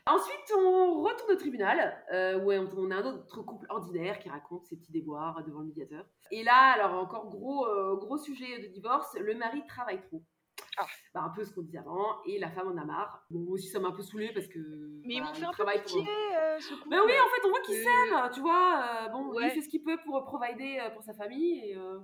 Speaker 7: Ensuite, on retourne au tribunal, euh, où on, on a un autre couple ordinaire qui raconte ses petits déboires devant le médiateur. Et là, alors encore gros, euh, gros sujet de divorce, le mari travaille trop.
Speaker 6: Ah.
Speaker 7: Bah, un peu ce qu'on disait avant, et la femme en a marre. Bon, moi aussi, ça m'a un peu saoulée parce que.
Speaker 6: Mais ils
Speaker 7: voilà,
Speaker 6: m'ont
Speaker 7: il
Speaker 6: fait un peu
Speaker 7: travaille
Speaker 6: pitié,
Speaker 7: Bah, pour-
Speaker 6: euh, ce couple.
Speaker 7: ben oui, en fait, on voit qu'il
Speaker 6: Euh,
Speaker 7: s'aime, tu vois. euh, bon,
Speaker 6: ouais.
Speaker 7: il fait ce qu'il peut pour euh, provider euh, pour sa famille. Et euh,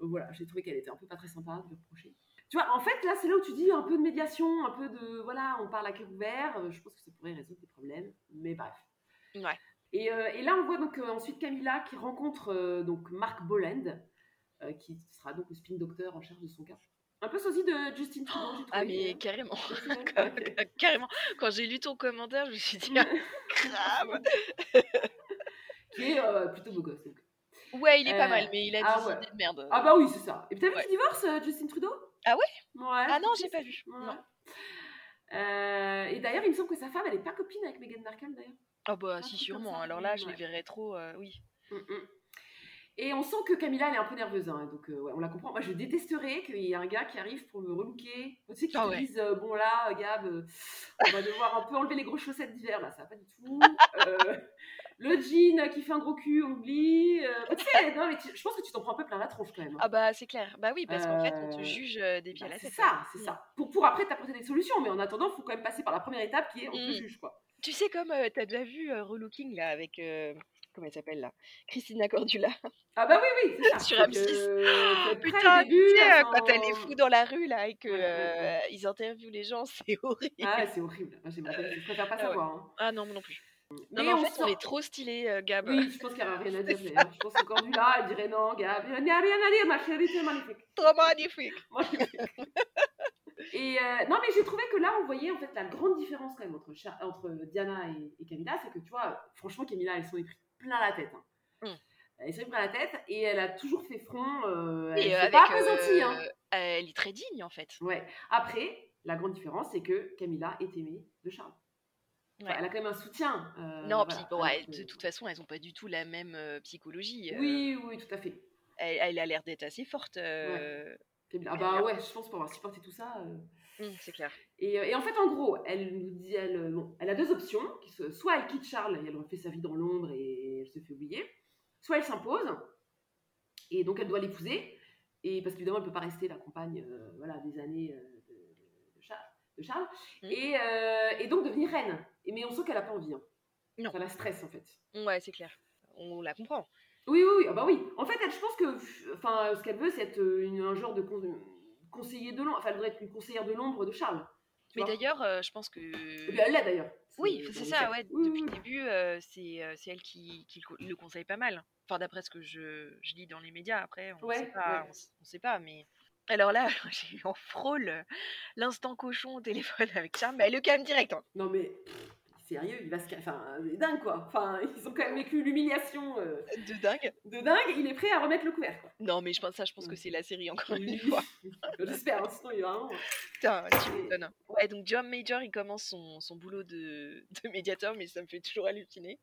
Speaker 7: euh, voilà, j'ai trouvé qu'elle était un peu pas très sympa de lui reprocher. Tu vois, en fait, là, c'est là où tu dis un peu de médiation, un peu de. Voilà, on parle à cœur ouvert. euh, je pense que ça pourrait résoudre des problèmes, mais bref.
Speaker 6: Ouais.
Speaker 7: Et, euh, et là, on voit donc euh, ensuite Camilla qui rencontre euh, donc Mark Boland, euh, qui sera donc le spin docteur en charge de son cas. Un peu sosie de Justin Trudeau, j'ai trouvé.
Speaker 6: Ah mais
Speaker 7: [laughs]
Speaker 6: carrément, [laughs]
Speaker 7: Ouais, ouais.
Speaker 6: carrément. Quand j'ai lu ton commentaire, je me suis dit ah, grave.
Speaker 7: qui est euh, plutôt beau gosse. donc.
Speaker 6: [laughs] Ouais, il est pas
Speaker 7: Euh,
Speaker 6: mal, mais il a
Speaker 7: ah
Speaker 6: des
Speaker 7: ouais.
Speaker 6: idées de merde.
Speaker 7: Ah bah oui, c'est ça. Et puis t'as vu
Speaker 6: Ouais.
Speaker 7: qu'il divorce, euh, Justin Trudeau
Speaker 6: Ah
Speaker 7: ouais Ouais.
Speaker 6: Ah non,
Speaker 7: c'est
Speaker 6: j'ai pas
Speaker 7: triste.
Speaker 6: vu,
Speaker 7: Ouais.
Speaker 6: non.
Speaker 7: Euh, et d'ailleurs, il me semble que sa femme, elle est pas copine avec Meghan Markle d'ailleurs.
Speaker 6: Ah bah
Speaker 7: un
Speaker 6: si
Speaker 7: truc comme
Speaker 6: sûrement.
Speaker 7: ça,
Speaker 6: Alors là, je
Speaker 7: ouais.
Speaker 6: les verrais trop. euh, oui.
Speaker 7: Mm, mm. Et on sent que Camilla, elle est un peu nerveuse, hein, donc euh, ouais, on la comprend. Moi, je détesterais qu'il y ait un gars qui arrive pour me relooker. Tu sais, qui
Speaker 6: Ah
Speaker 7: te
Speaker 6: ouais.
Speaker 7: dise euh, Bon, là, euh, Gab, euh, on va devoir un peu enlever les grosses chaussettes d'hiver, là, ça va pas du tout. Euh, le jean qui fait un gros cul, on oublie. Euh, tu sais, non, mais tu- je pense que tu t'en prends un peu plein la tronche quand même. hein.
Speaker 6: Ah bah c'est clair. Bah oui, parce qu'en fait, on te
Speaker 7: Euh,
Speaker 6: juge euh, des pieds
Speaker 7: Bah,
Speaker 6: à la
Speaker 7: c'est
Speaker 6: tête. Mmh.
Speaker 7: ça, c'est ça. Pour, pour après t'apporter des solutions, mais en attendant, faut quand même passer par la première étape qui est on te
Speaker 6: Mm.
Speaker 7: juge quoi.
Speaker 6: Tu sais comme euh, t'as déjà vu euh, Relooking là avec euh, comment elle s'appelle là, Christina Cordula.
Speaker 7: Ah bah oui oui, c'est
Speaker 6: [laughs]
Speaker 7: ça.
Speaker 6: Sur
Speaker 7: Faut que-
Speaker 6: M6. [gasps]
Speaker 7: faut être prêt
Speaker 6: Putain,
Speaker 7: au début,
Speaker 6: tu sais,
Speaker 7: à
Speaker 6: euh,
Speaker 7: s'en-
Speaker 6: quand elle est fou dans la rue là et que
Speaker 7: Ouais, ouais, ouais.
Speaker 6: euh, ils interviewent les gens, [laughs] c'est horrible.
Speaker 7: Ah
Speaker 6: [laughs]
Speaker 7: ouais, c'est horrible. Moi, j'aimerais pas- je préfère pas
Speaker 6: Ah ouais.
Speaker 7: savoir. hein.
Speaker 6: Ah non, moi non plus. Non,
Speaker 7: Mais
Speaker 6: mais en
Speaker 7: on
Speaker 6: fait, on
Speaker 7: sent-
Speaker 6: est trop stylé, Gab.
Speaker 7: Oui, je pense qu'elle a rien à dire. mais, hein, je pense que quand là, elle dirait non, Gab, il n'y a rien à dire, ma chérie, tu es magnifique.
Speaker 6: [laughs] Trop magnifique.
Speaker 7: Magnifique. Et euh, non, mais j'ai trouvé que là, on voyait en fait la grande différence quand même entre, Cha- entre Diana et, et Camilla, c'est que tu vois, franchement, Camilla, elle s'en est pris plein la tête. hein.
Speaker 6: Mm.
Speaker 7: Elle s'en est pris plein la tête et elle a toujours fait front. euh,
Speaker 6: Et,
Speaker 7: elle
Speaker 6: euh,
Speaker 7: s'est
Speaker 6: avec,
Speaker 7: pas
Speaker 6: euh,
Speaker 7: apesantie, hein.
Speaker 6: euh, elle est très digne, en fait.
Speaker 7: Ouais. Après, la grande différence, c'est que Camilla est aimée de Charles. Enfin,
Speaker 6: Ouais.
Speaker 7: Elle a quand même un soutien. euh,
Speaker 6: non,
Speaker 7: voilà,
Speaker 6: puis bon,
Speaker 7: alors
Speaker 6: elles-
Speaker 7: que-
Speaker 6: de toute façon, elles ont pas du tout la même euh, psychologie. euh,
Speaker 7: Oui, oui, tout à fait.
Speaker 6: Elle, elle a l'air d'être assez forte. euh,
Speaker 7: Camilla. Ah bah ouais, je pense pour avoir supporté tout ça. euh,
Speaker 6: hum, c'est clair.
Speaker 7: Et, euh, et en fait, en gros, elle nous dit, elle, euh, bon, elle a deux options. qui se- Soit elle quitte Charles et elle refait sa vie dans l'ombre et elle se fait oublier. Soit elle s'impose et donc elle doit l'épouser. Et parce qu'évidemment, elle ne peut pas rester la compagne euh, voilà, des années euh, de, de Charles. de Charles.
Speaker 6: Mhm.
Speaker 7: Et, euh, et donc devenir reine. Et, mais on sent qu'elle n'a pas envie. hein.
Speaker 6: Non.
Speaker 7: Ça la stresse en fait.
Speaker 6: Ouais, c'est clair. On la comprend.
Speaker 7: Oui, oui, oui, ah bah oui. En fait, elle, je pense que enfin, ce qu'elle veut, c'est être euh, une- un genre de con- conseiller de l'ombre. Enfin, elle voudrait être une conseillère de l'ombre de Charles. tu
Speaker 6: Mais
Speaker 7: vois.
Speaker 6: d'ailleurs, euh, je pense que.
Speaker 7: Eh bien, elle l'est d'ailleurs.
Speaker 6: Oui, c'est ça, ouais.
Speaker 7: Oui,
Speaker 6: Depuis
Speaker 7: oui,
Speaker 6: le début, euh, c'est euh, c'est elle qui, qui le co- le conseille pas mal. Enfin, d'après ce que je, je lis dans les médias, après, on
Speaker 7: Ouais,
Speaker 6: sait pas,
Speaker 7: ouais.
Speaker 6: on, s- on sait pas, mais Alors là, [laughs] j'ai eu en frôle euh, l'instant cochon au téléphone [laughs] avec Charles, mais elle le calme direct. hein.
Speaker 7: Non mais pff, sérieux, il va se ca- enfin euh, dingue quoi. Enfin, [laughs] ils ont quand même vécu l'humiliation euh,
Speaker 6: De dingue.
Speaker 7: de dingue, il est prêt à remettre le couvert quoi.
Speaker 6: Non, mais je pense ça, je pense que c'est la série encore une
Speaker 7: Oui.
Speaker 6: fois.
Speaker 7: [laughs] J'espère, hein, sinon il va vraiment
Speaker 6: Putain, tu m'étonnes. Ouais, donc John Major, il commence son, son boulot de, de médiateur, mais ça me fait toujours halluciner.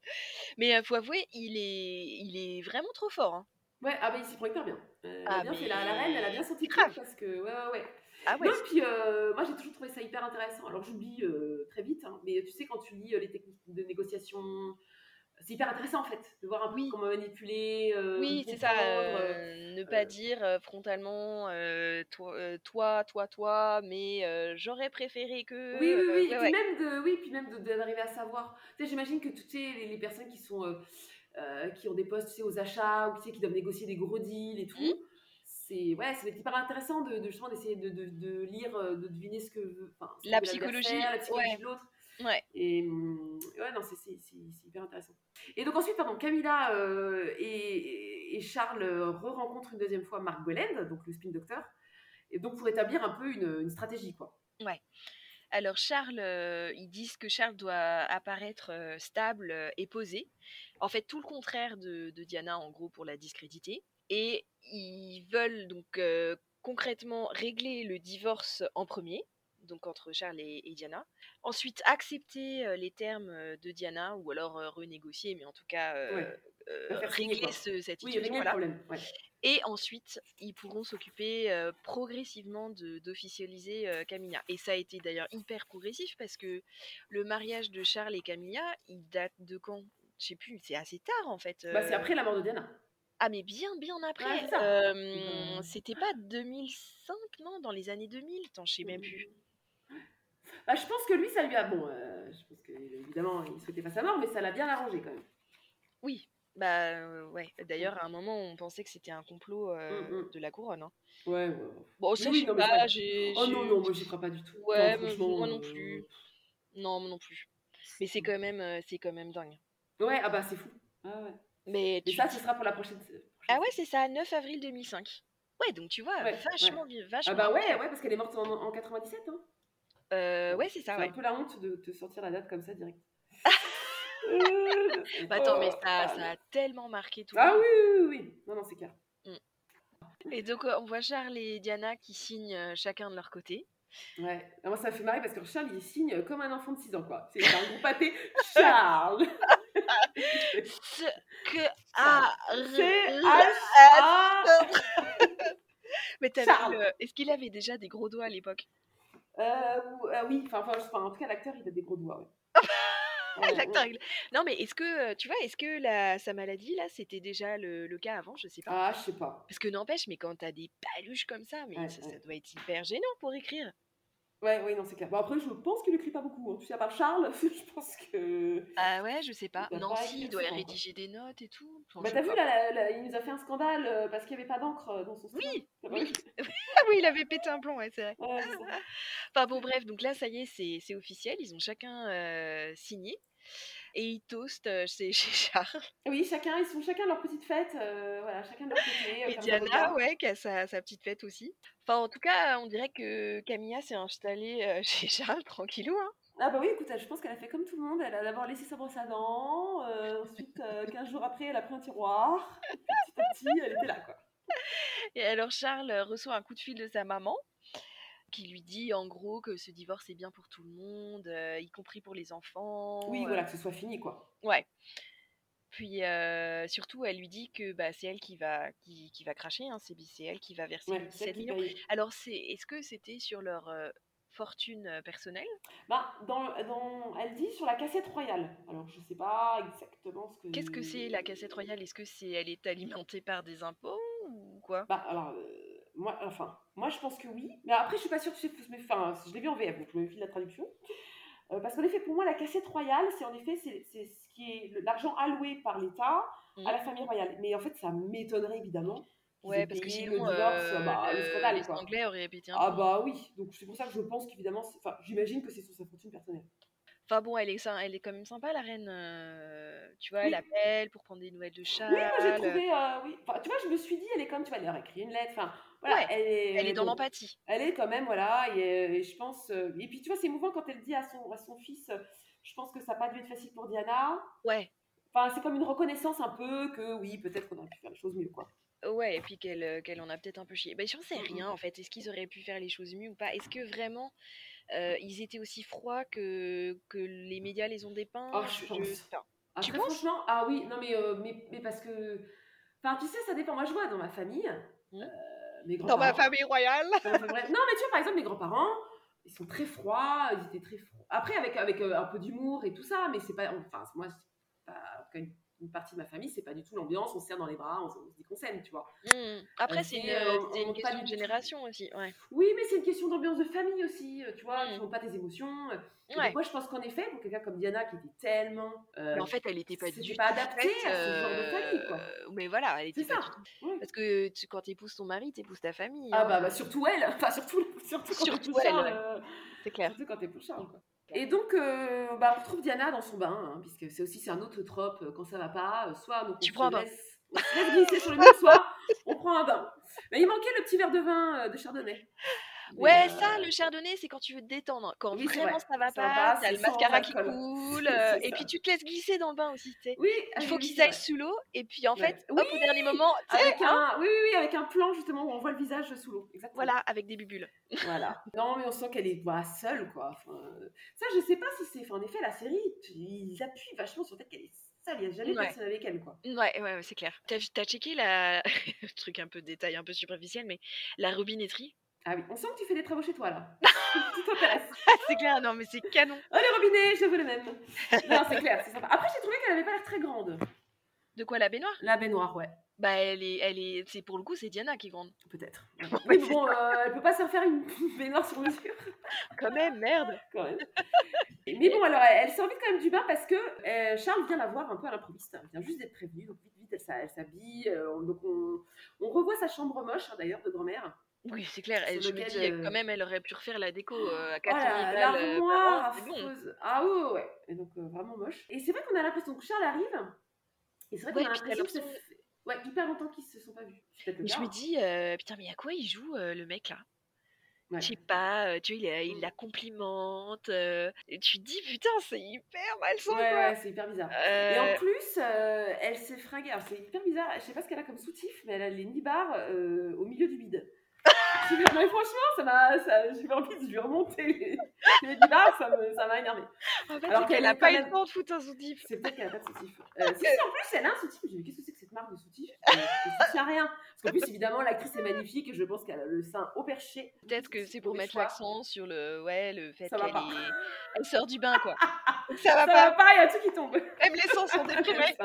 Speaker 6: Mais euh, faut avouer, il est, il est vraiment trop fort. hein.
Speaker 7: Ouais, ah bah il s'y prend hyper bien. Euh, elle a
Speaker 6: Ah,
Speaker 7: bien fait
Speaker 6: mais-
Speaker 7: la, la reine, elle a bien senti le
Speaker 6: Grave.
Speaker 7: truc parce que ouais ouais ouais.
Speaker 6: Ah ouais,
Speaker 7: Non, et puis euh, moi j'ai toujours trouvé ça hyper intéressant. Alors j'oublie euh, très vite, hein, mais tu sais quand tu lis euh, les techniques de négociation, c'est hyper intéressant en fait de voir un peu
Speaker 6: Oui.
Speaker 7: comment manipuler. euh,
Speaker 6: Oui, c'est ça.
Speaker 7: comprendre, euh,
Speaker 6: euh, ne pas
Speaker 7: euh,
Speaker 6: dire euh, frontalement euh, toi, euh, toi, toi, toi, mais euh, j'aurais préféré que.
Speaker 7: Oui, oui,
Speaker 6: euh,
Speaker 7: oui.
Speaker 6: ouais,
Speaker 7: et
Speaker 6: ouais.
Speaker 7: puis même de, oui, puis même de- de- d'arriver à savoir. Tu sais, j'imagine que toutes les, les- les personnes qui sont, euh, euh, qui ont des postes, tu sais, aux achats ou tu sais, qui doivent négocier des gros deals et tout.
Speaker 6: Mhm.
Speaker 7: C'est ouais, c'est hyper intéressant de, de justement d'essayer de, de- de lire, euh, de deviner ce que veut. enfin, ce que
Speaker 6: La
Speaker 7: veut l'adversaire,
Speaker 6: psychologie,
Speaker 7: la psychologie
Speaker 6: ouais.
Speaker 7: de l'autre.
Speaker 6: Ouais.
Speaker 7: Et hum, ouais, non, c'est- c'est c'est- c'est hyper intéressant. Et donc ensuite, pardon, Camilla euh, et, et Charles euh, re-rencontrent une deuxième fois Marc Boland, donc le spin doctor, et donc pour établir un peu une, une stratégie quoi.
Speaker 6: Alors Charles, euh, ils disent que Charles doit apparaître euh, stable euh, et posé. En fait, tout le contraire de, de Diana, en gros, pour la discréditer. Et ils veulent donc euh, concrètement régler le divorce en premier, donc entre Charles et, et Diana. Ensuite, accepter euh, les termes euh, de Diana, ou alors euh, renégocier, mais en tout cas, euh,
Speaker 7: Ouais.
Speaker 6: euh,
Speaker 7: La faire signer,
Speaker 6: régler
Speaker 7: quoi.
Speaker 6: ce- cette
Speaker 7: Oui,
Speaker 6: situation. voilà.
Speaker 7: régler le problème. ouais.
Speaker 6: Et ensuite, ils pourront s'occuper euh, progressivement de- d'officialiser euh, Camilla. Et ça a été d'ailleurs hyper progressif parce que le mariage de Charles et Camilla, il date de quand Je sais plus, c'est assez tard en fait.
Speaker 7: Bah, c'est
Speaker 6: euh,
Speaker 7: après la mort de Diana.
Speaker 6: Ah, mais bien, bien
Speaker 7: Ouais,
Speaker 6: après.
Speaker 7: c'est ça.
Speaker 6: Euh,
Speaker 7: Euh,
Speaker 6: C'était pas 2005, non Dans les années 2000 Attends, je sais même plus.
Speaker 7: Bah, je pense que lui, ça lui a. Bon, euh, je pense que évidemment, il souhaitait pas sa mort, mais ça l'a bien arrangé quand même.
Speaker 6: Oui, bah euh, ouais. D'ailleurs, à un moment, on pensait que c'était un complot euh,
Speaker 7: Mm, mm.
Speaker 6: de la couronne. hein.
Speaker 7: Ouais, ouais. ouais.
Speaker 6: Bon, ça,
Speaker 7: Oui,
Speaker 6: je sais
Speaker 7: non, mais ça-
Speaker 6: pas, j'ai.
Speaker 7: Oh
Speaker 6: j'ai-
Speaker 7: non, non, moi j'y crois pas du tout.
Speaker 6: Ouais,
Speaker 7: Non,
Speaker 6: mais
Speaker 7: franchement,
Speaker 6: moi non
Speaker 7: euh,
Speaker 6: plus. Non, moi non plus. Mais
Speaker 7: Mmh.
Speaker 6: c'est quand même, euh, c'est quand même dingue.
Speaker 7: Ouais, ah bah c'est fou. Ah ouais.
Speaker 6: Mais
Speaker 7: Et
Speaker 6: tu
Speaker 7: ça,
Speaker 6: dis-
Speaker 7: ce sera pour la prochaine. prochaine
Speaker 6: ah ouais, c'est ça, 9 avril 2005. Ouais, donc tu vois,
Speaker 7: Ouais,
Speaker 6: vachement, bien, vachement.
Speaker 7: Ah bah ouais, ouais, parce qu'elle est morte en, en 97. Hein.
Speaker 6: Euh, ouais, c'est ça.
Speaker 7: c'est
Speaker 6: Ouais.
Speaker 7: un peu la honte de te sortir la date comme
Speaker 6: [laughs]
Speaker 7: ça direct. Euh,
Speaker 6: Bah, attends, mais
Speaker 7: oh,
Speaker 6: ça,
Speaker 7: ah,
Speaker 6: ça a tellement marqué tout. le
Speaker 7: Ah
Speaker 6: monde.
Speaker 7: oui, oui, oui, oui. Non, non, c'est clair.
Speaker 6: Et donc euh, on voit Charles et Diana qui signent euh, chacun de leur côté.
Speaker 7: Ouais. Ah, Moi, ça me fait marrer parce que Charles, il signe comme un enfant de 6 ans, quoi. C'est un gros pâté.
Speaker 6: [laughs]
Speaker 7: Charles
Speaker 6: Ce que a
Speaker 7: C-H-A
Speaker 6: Mais t'as
Speaker 7: Charles.
Speaker 6: vu, euh, est-ce qu'il avait déjà des gros doigts à l'époque
Speaker 7: Euh, ou- ah oui, enfin, enfin, je sais pas, en tout cas, l'acteur, il a des gros doigts, ouais.
Speaker 6: [laughs]
Speaker 7: Ouais,
Speaker 6: L'acteur,
Speaker 7: ouais.
Speaker 6: il- Non, mais est-ce que euh, tu vois, est-ce que la... sa maladie là, c'était déjà le... le cas avant Je sais pas.
Speaker 7: Ah, je sais pas.
Speaker 6: Parce que n'empêche, mais quand t'as des paluches comme ça, mais
Speaker 7: Ouais,
Speaker 6: ça,
Speaker 7: ouais.
Speaker 6: ça doit être hyper gênant pour écrire.
Speaker 7: Ouais, ouais, non, c'est clair. Bon, après, je pense qu'il écrit pas beaucoup. En tout cas, à part Charles, [laughs] je pense que.
Speaker 6: Ah ouais, je sais pas.
Speaker 7: doit
Speaker 6: Non,
Speaker 7: pas
Speaker 6: si,
Speaker 7: écrire
Speaker 6: il doit
Speaker 7: souvent, quoi.
Speaker 6: rédiger des notes et tout. Enfin,
Speaker 7: Bah,
Speaker 6: je
Speaker 7: t'as
Speaker 6: sais
Speaker 7: vu,
Speaker 6: pas.
Speaker 7: là, la- la- il nous a fait un scandale euh, parce qu'il y avait pas d'encre euh, dans son stylo.
Speaker 6: Oui,
Speaker 7: T'as pas vu
Speaker 6: Ah [laughs] oui, il avait pété un plomb, ouais, c'est vrai.
Speaker 7: Ouais, c'est ça.
Speaker 6: Enfin bon, bref, donc là, ça y est, c'est c'est officiel. Ils ont chacun euh, signé. Et ils toastent euh, chez, [laughs] chez Charles.
Speaker 7: Oui, chacun, ils sont chacun leur petite fête. euh, voilà, chacun de leur côté. euh,
Speaker 6: Et
Speaker 7: faire des
Speaker 6: Diana,
Speaker 7: regards.
Speaker 6: ouais, qui a sa, sa petite fête aussi. Enfin, en tout cas, on dirait que Camilla s'est installée euh, [laughs] chez Charles, tranquillou. Hein.
Speaker 7: Ah bah oui, écoute, je pense qu'elle a fait comme tout le monde. Elle a d'abord laissé sa brosse à dents, euh, ensuite, [laughs] euh, 15 jours après, elle a pris un tiroir. Petit à petit, elle était là, quoi.
Speaker 6: Et alors, Charles euh, reçoit un coup de fil de sa maman qui lui dit en gros que ce divorce est bien pour tout le monde, euh, y compris pour les enfants.
Speaker 7: Oui,
Speaker 6: euh,
Speaker 7: voilà, que ce soit fini, quoi.
Speaker 6: Ouais. Puis euh, surtout, elle lui dit que bah, c'est elle qui va, qui, qui va cracher, hein, c'est c'est elle qui va verser
Speaker 7: Ouais,
Speaker 6: les
Speaker 7: c'est
Speaker 6: 17
Speaker 7: elle qui
Speaker 6: millions.
Speaker 7: paye.
Speaker 6: Alors, c'est, est-ce que c'était sur leur euh, fortune euh, personnelle
Speaker 7: Bah, dans, dans, elle dit sur la cassette royale. Alors, je sais pas exactement ce que.
Speaker 6: Qu'est-ce que c'est la
Speaker 7: Mmh.
Speaker 6: cassette royale Est-ce que c'est elle est alimentée par des impôts ou quoi
Speaker 7: Bah, alors, euh, moi, enfin, moi, je pense que oui. Mais après, je suis pas sûre, tu sais, faut se méfier- enfin, je l'ai vu en VF, donc je me fie de la traduction. Euh, parce qu'en effet, pour moi, la cassette royale, c'est en effet c'est c'est ce qui est le- l'argent alloué par l'État à la famille royale. Mais en fait, ça m'étonnerait évidemment. qu'ils
Speaker 6: Mmh. Ouais,
Speaker 7: aient
Speaker 6: parce que
Speaker 7: payé
Speaker 6: sinon,
Speaker 7: le divorce,
Speaker 6: euh,
Speaker 7: bah, le
Speaker 6: le-
Speaker 7: scandale,
Speaker 6: les
Speaker 7: quoi.
Speaker 6: Anglais auraient pété un
Speaker 7: Ah
Speaker 6: plomb.
Speaker 7: bah oui, donc c'est pour ça que je pense qu'évidemment, c'est- enfin, j'imagine que c'est sur sa fortune personnelle.
Speaker 6: Enfin bon, elle est, sy- elle est quand même sympa, la reine. euh, tu vois, elle
Speaker 7: Oui.
Speaker 6: appelle pour prendre des nouvelles de Charles. euh,
Speaker 7: Oui, moi j'ai trouvé, euh, oui. Enfin, tu vois, je me suis dit, elle est comme, tu vas leur écrire une lettre. Enfin, Voilà,
Speaker 6: Ouais,
Speaker 7: elle est,
Speaker 6: Elle est dans
Speaker 7: donc-
Speaker 6: l'empathie.
Speaker 7: elle est quand même, voilà, et, euh, et je pense. euh, et puis tu vois, c'est émouvant quand elle dit à son, à son fils euh, Je pense que ça n'a pas dû être facile pour Diana.
Speaker 6: Ouais.
Speaker 7: Enfin, c'est comme une reconnaissance un peu que oui, peut-être qu'on aurait pu faire les choses mieux, quoi.
Speaker 6: Ouais, et puis qu'elle euh, qu'elle en a peut-être un peu chié. Ben, j'en sais
Speaker 7: Mm, mm.
Speaker 6: rien en fait. Est-ce qu'ils auraient pu faire les choses mieux ou pas Est-ce que vraiment euh, ils étaient aussi froids que, que les médias les ont dépeints
Speaker 7: Ah, je pense.
Speaker 6: sais pas.
Speaker 7: Après,
Speaker 6: Tu penses
Speaker 7: franchement, ah oui, non, mais, euh, mais, mais parce que. Enfin, tu sais, ça dépend. Moi, je vois dans ma famille,
Speaker 6: Mhm.
Speaker 7: euh, mes
Speaker 6: Dans ma
Speaker 7: grands-parents.
Speaker 6: famille royale
Speaker 7: dans ma famille- Non, mais tu vois, par exemple, mes grands-parents, ils sont très froids, ils étaient très froids. Après, avec, avec euh, un peu d'humour et tout ça, mais c'est pas. Enfin, moi, c'est pas, en tout cas, une, une partie de ma famille, c'est pas du tout l'ambiance, on se serre dans les bras, on, se- on se dit qu'on s'aime, tu vois.
Speaker 6: Mm. Après, c'est
Speaker 7: dit,
Speaker 6: une,
Speaker 7: euh,
Speaker 6: c'est
Speaker 7: on
Speaker 6: une
Speaker 7: monte pas
Speaker 6: question
Speaker 7: du
Speaker 6: de
Speaker 7: tout.
Speaker 6: génération aussi. Ouais.
Speaker 7: Oui, mais c'est une question d'ambiance de famille aussi, euh, tu vois,
Speaker 6: Mhm.
Speaker 7: ils n'ont pas tes émotions. euh. Et
Speaker 6: Ouais.
Speaker 7: donc, moi, je pense qu'en effet, pour quelqu'un comme Diana, qui était tellement. euh,
Speaker 6: Mais en fait, elle n'était pas
Speaker 7: c'était
Speaker 6: du
Speaker 7: pas
Speaker 6: tout
Speaker 7: adapté
Speaker 6: faite,
Speaker 7: à ce genre de famille, quoi.
Speaker 6: euh, Mais voilà, elle était
Speaker 7: c'est
Speaker 6: pas
Speaker 7: ça.
Speaker 6: du tout-
Speaker 7: oui.
Speaker 6: Parce que tu, quand t'épouses ton mari, t'épouses ta famille.
Speaker 7: Ah
Speaker 6: hein,
Speaker 7: bah, bah, surtout elle, [laughs] enfin surtout, surtout quand
Speaker 6: Surtout
Speaker 7: t'es pour
Speaker 6: elle,
Speaker 7: Charles,
Speaker 6: ouais.
Speaker 7: euh,
Speaker 6: c'est clair.
Speaker 7: surtout quand t'es pour Charles, quoi. Et donc euh, bah, on retrouve Diana dans son bain, hein, puisque c'est aussi c'est un autre trope euh, quand ça va pas, euh, soit donc, on
Speaker 6: Tu
Speaker 7: se
Speaker 6: prends un bain.
Speaker 7: laisse, on se laisse glisser sur le mur, soit on prend un bain. Mais il manquait le petit verre de vin euh, de Chardonnay. Mais,
Speaker 6: Ouais,
Speaker 7: euh,
Speaker 6: ça, le chardonnay, c'est quand tu veux te détendre. Quand
Speaker 7: Oui, c'est
Speaker 6: vraiment
Speaker 7: vrai.
Speaker 6: ça va
Speaker 7: Ça
Speaker 6: pas, t'as
Speaker 7: va, c'est
Speaker 6: le
Speaker 7: sans
Speaker 6: mascara qui
Speaker 7: alcool.
Speaker 6: coule,
Speaker 7: [laughs] C'est
Speaker 6: euh,
Speaker 7: ça.
Speaker 6: et puis tu te laisses glisser dans le bain aussi, tu sais.
Speaker 7: Oui.
Speaker 6: Il
Speaker 7: ah
Speaker 6: faut
Speaker 7: oui,
Speaker 6: qu'ils
Speaker 7: c'est
Speaker 6: aillent
Speaker 7: vrai.
Speaker 6: sous l'eau, et puis en fait,
Speaker 7: Oui,
Speaker 6: hop, au dernier moment, tu sais, hein
Speaker 7: Avec un, oui, oui, oui, avec un plan justement où on voit le visage sous l'eau. Exactement.
Speaker 6: voilà, avec des bulles.
Speaker 7: [laughs] Voilà. Non, mais on sent qu'elle est bah, seule, quoi. Enfin, euh, ça, je sais pas si c'est. enfin, en effet, la série, tu- ils appuient vachement sur le fait qu'elle est seule. Il n'y a jamais
Speaker 6: Ouais.
Speaker 7: personne avec elle, quoi.
Speaker 6: Ouais, Mmh, ouais, ouais, c'est clair. T'as, t'as checké la. [laughs] truc un peu détail, un peu superficiel, mais la robinetterie
Speaker 7: Ah oui, on sent que tu fais des travaux chez
Speaker 6: [laughs]
Speaker 7: toi, là. tu t'intéresses.
Speaker 6: C'est clair, non, mais c'est canon.
Speaker 7: Oh, les robinets, je veux le même. Non, c'est clair, c'est sympa. Après, j'ai trouvé qu'elle avait pas l'air très grande.
Speaker 6: De quoi la baignoire
Speaker 7: La baignoire, ouais.
Speaker 6: Bah, elle est, elle est. C'est pour le coup, c'est Diana qui est grande. [laughs]
Speaker 7: Peut-être. Oui, mais bon, euh, elle peut pas se faire une [laughs] baignoire sur mesure,
Speaker 6: Quand même, merde [laughs]
Speaker 7: quand même. Mais bon, alors, elle, elle s'en vite quand même du bain parce que euh, Charles vient la voir un peu à l'improviste. hein. Il vient juste d'être prévenu. Donc, vite, vite, elle s'a- elle s'habille. euh, on- donc, on, on revoit sa chambre moche, hein, d'ailleurs, de grand-mère.
Speaker 6: Oui, c'est clair. Elle,
Speaker 7: Sur
Speaker 6: je me
Speaker 7: lequel,
Speaker 6: dis, euh,
Speaker 7: euh,
Speaker 6: quand même, elle aurait pu refaire la déco euh, à 400 000
Speaker 7: Voilà,
Speaker 6: balles, euh, par
Speaker 7: l'armoire
Speaker 6: an, c'est bon.
Speaker 7: affreuse. Ah ouais, ouais, ouais. Et donc euh, vraiment moche. Et c'est vrai qu'on a l'impression que Charles arrive. Et c'est vrai
Speaker 6: Ouais,
Speaker 7: qu'on a
Speaker 6: et puis t'as
Speaker 7: l'impression que ça fait ouais, hyper longtemps qu'ils se sont pas vus. C'est peut-être le
Speaker 6: Mais je
Speaker 7: cas,
Speaker 6: me
Speaker 7: hein.
Speaker 6: dis, euh, putain, mais à quoi il joue euh, le mec là
Speaker 7: Ouais.
Speaker 6: Je sais pas, euh, tu vois, il, la- il
Speaker 7: Mm.
Speaker 6: la complimente. euh, et tu te dis, putain, c'est hyper malsain
Speaker 7: Ouais,
Speaker 6: quoi.
Speaker 7: ouais, c'est hyper bizarre. Et
Speaker 6: Euh,
Speaker 7: en plus, euh, elle s'est fringuée. Alors c'est hyper bizarre. Je sais pas ce qu'elle a comme soutif, mais elle a les nibards euh, au milieu du
Speaker 6: [laughs]
Speaker 7: bide. Je me dis, mais franchement, ça m'a, ça- j'ai envie de lui remonter les, les nibards, ça me- ça m'a énervé.
Speaker 6: en fait,
Speaker 7: alors
Speaker 6: c'est qu'elle
Speaker 7: qu'elle
Speaker 6: a
Speaker 7: est
Speaker 6: pas
Speaker 7: quand
Speaker 6: eu le
Speaker 7: même-
Speaker 6: temps de foutre un soutif.
Speaker 7: C'est peut-être qu'elle n'a pas de soutif. Euh, si, si, en plus, elle a un soutif. J'ai dit, qu'est-ce que c'est que cette marque de soutif Euh, Ça ne sert à rien. Parce qu'en plus, évidemment, l'actrice est magnifique et je pense qu'elle a le sein au perché.
Speaker 6: Peut-être que c'est pour
Speaker 7: Mauvais
Speaker 6: mettre
Speaker 7: choix.
Speaker 6: l'accent sur le, ouais, le fait
Speaker 7: Ça va
Speaker 6: qu'elle
Speaker 7: pas.
Speaker 6: est... elle sort du bain quoi. ça va
Speaker 7: Ça
Speaker 6: pas.
Speaker 7: va pas, il y a tout qui tombe.
Speaker 6: Même les sens sont
Speaker 7: [laughs]
Speaker 6: déprimés.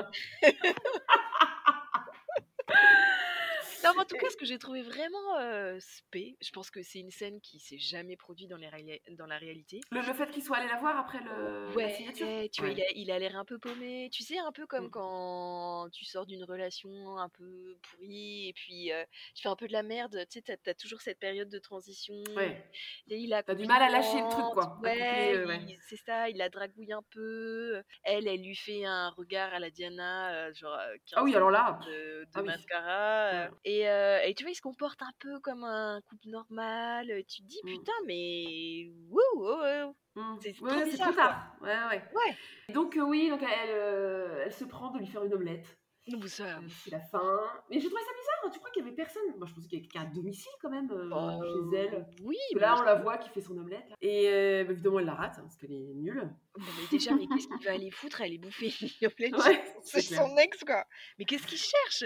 Speaker 6: Non, mais en tout cas, ce que j'ai trouvé vraiment euh, spé, je pense que c'est une scène qui s'est jamais produite dans, les réali- dans la réalité.
Speaker 7: le, le fait qu'ils soient allés la voir après le, la
Speaker 6: Ouais,
Speaker 7: signature.
Speaker 6: ouais, tu vois,
Speaker 7: Ouais.
Speaker 6: il a- il a l'air un peu paumé. Tu sais, un peu comme
Speaker 7: Mm.
Speaker 6: quand tu sors d'une relation un peu pourrie et puis euh, tu fais un peu de la merde. Tu sais, t'as, t'as toujours cette période de transition.
Speaker 7: Ouais.
Speaker 6: Et il la
Speaker 7: T'as du mal à lâcher le truc,
Speaker 6: complimente,
Speaker 7: quoi, à
Speaker 6: Ouais,
Speaker 7: couper, euh, ouais.
Speaker 6: il- c'est ça, il la dragouille un peu. Elle, elle lui fait un regard à la Diana, euh, genre euh, 15
Speaker 7: Ah oui, alors là. pff,
Speaker 6: de, de
Speaker 7: Ah oui.
Speaker 6: mascara. euh,
Speaker 7: Ouais.
Speaker 6: Et, euh, et tu vois, il se comporte un peu comme un couple normal. euh, Tu te dis,
Speaker 7: Mm.
Speaker 6: putain, mais. Wouh, oh, oh.
Speaker 7: hmm.
Speaker 6: c'est trop
Speaker 7: Ouais, c'est
Speaker 6: bizarre,
Speaker 7: trop tard. Ouais, ouais.
Speaker 6: Ouais.
Speaker 7: Donc, euh, oui, donc elle, euh, elle se prend de lui faire une omelette.
Speaker 6: Nous, ça,
Speaker 7: Euh, C'est la fin. Mais j'ai trouvé ça bizarre. hein. Tu crois qu'il y avait personne Moi, je pensais qu'il y avait quelqu'un à domicile quand même euh,
Speaker 6: Euh,
Speaker 7: chez elle.
Speaker 6: Oui,
Speaker 7: Parce que là, on la voit qui fait son omelette. Et euh, bah, évidemment, elle la rate, hein, parce qu'elle est
Speaker 6: [laughs]
Speaker 7: nulle.
Speaker 6: mais, non, mais
Speaker 7: [laughs]
Speaker 6: déjà, mais qu'est-ce qu'il va aller foutre Elle est bouffée. [laughs]
Speaker 7: Ouais,
Speaker 6: c'est
Speaker 7: c'est clair.
Speaker 6: son ex, quoi. Mais qu'est-ce qu'il cherche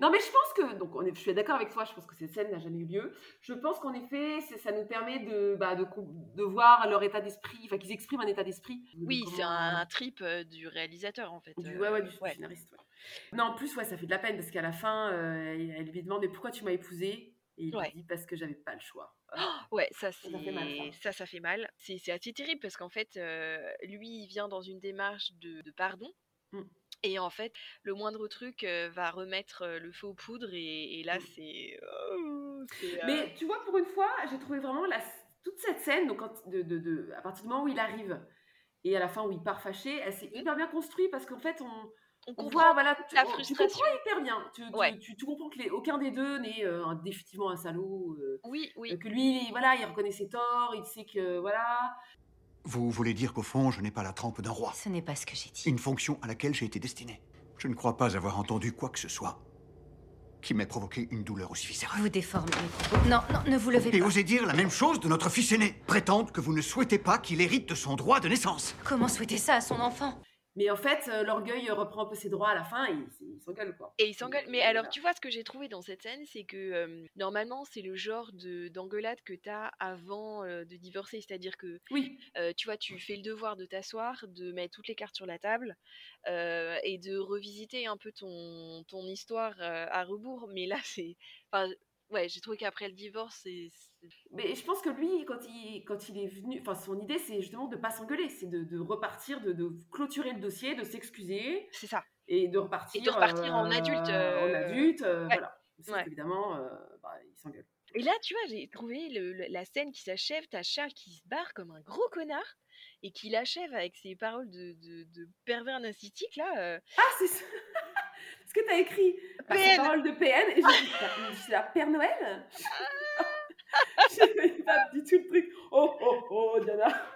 Speaker 7: Non, mais je pense que, donc on est, je suis d'accord avec toi, je pense que cette scène n'a jamais eu lieu. Je pense qu'en effet, c'est- ça nous permet de, bah, de, com- de voir leur état d'esprit, enfin qu'ils expriment un état d'esprit.
Speaker 6: Oui,
Speaker 7: Comment-
Speaker 6: c'est un, trip euh, du réalisateur, en fait.
Speaker 7: Du,
Speaker 6: euh,
Speaker 7: ouais, ouais, du scénariste. ouais. Non, en plus, ouais, ça fait de la peine parce qu'à la fin, euh, elle lui demande Mais pourquoi tu m'as épousée Et il
Speaker 6: Ouais.
Speaker 7: lui dit Parce que j'avais pas le choix.
Speaker 6: [gasps]
Speaker 7: Ah.
Speaker 6: Ouais, ça,
Speaker 7: Ça fait mal, ça.
Speaker 6: c'est ça, ça fait mal. C'est c'est assez terrible parce qu'en fait, euh, lui, il vient dans une démarche de, de pardon.
Speaker 7: Mm.
Speaker 6: Et en fait, le moindre truc euh, va remettre euh, le feu aux poudres et, et là,
Speaker 7: Mm.
Speaker 6: c'est. oh, c'est, euh,
Speaker 7: Mais tu vois, pour une fois, j'ai trouvé vraiment la- toute cette scène, donc quand- de, de- de- à partir du moment où il arrive et à la fin où il part fâché, elle s'est hyper bien construite parce qu'en fait, on,
Speaker 6: on
Speaker 7: On
Speaker 6: comprend
Speaker 7: voit, voilà, tu,
Speaker 6: la
Speaker 7: tu
Speaker 6: frustration.
Speaker 7: comprends hyper bien. Tu, tu-
Speaker 6: Ouais.
Speaker 7: tu- tu comprends que les- aucun des deux n'est euh, un- définitivement un salaud. euh,
Speaker 6: Oui, oui.
Speaker 7: euh, que lui, il- voilà, il reconnaît ses torts, il sait que, voilà.
Speaker 4: Vous voulez dire qu'au fond, je n'ai pas la trempe d'un roi,
Speaker 8: Ce n'est pas ce que j'ai dit.
Speaker 4: une fonction à laquelle j'ai été destiné. Je ne crois pas avoir entendu quoi que ce soit qui m'ait provoqué une douleur aussi viscérale.
Speaker 8: Vous déformez mes propos. Non, non, ne vous levez
Speaker 4: Et
Speaker 8: pas.
Speaker 4: osez dire la même chose de notre fils aîné, prétendre que vous ne souhaitez pas qu'il hérite de son droit de naissance.
Speaker 8: Comment souhaiter ça à son enfant
Speaker 7: Mais en fait, euh, l'orgueil reprend un peu ses droits à la fin et il, il s'engueule, quoi.
Speaker 6: Et ils s'engueulent. Mais alors,
Speaker 7: Voilà.
Speaker 6: tu vois, ce que j'ai trouvé dans cette scène, c'est que euh, normalement, c'est le genre de- d'engueulade que t'as avant euh, de divorcer. C'est-à-dire que
Speaker 7: Oui,
Speaker 6: Euh, tu vois, tu fais le devoir de t'asseoir, de mettre toutes les cartes sur la table euh, et de revisiter un peu ton, ton histoire euh, à rebours. Mais là, c'est. Enfin, ouais, j'ai trouvé qu'après le divorce, c'est. c'est-
Speaker 7: mais je pense que lui, quand il, quand il est venu, enfin, son idée, c'est justement de pas s'engueuler, c'est de, de repartir, de, de clôturer le dossier, de s'excuser
Speaker 6: C'est ça.
Speaker 7: et de repartir.
Speaker 6: Et de repartir en adulte, euh,
Speaker 7: En adulte, euh,
Speaker 6: ouais.
Speaker 7: voilà. Sauf
Speaker 6: Ouais.
Speaker 7: qu'évidemment, euh, bah, il s'engueule.
Speaker 6: Et là, tu vois, j'ai trouvé le- le- la scène qui s'achève. T'as Charles qui se barre comme un gros connard et qui l'achève avec ses paroles de, de, de pervers narcissique, là. euh,
Speaker 7: Ah, c'est ça [laughs] Ce que t'as écrit par ces
Speaker 6: PN.
Speaker 7: paroles de PN, et j'ai dit, Bah, mais c'est la Père Noël [laughs] Je pas du tout le truc. Oh, oh, oh, Diana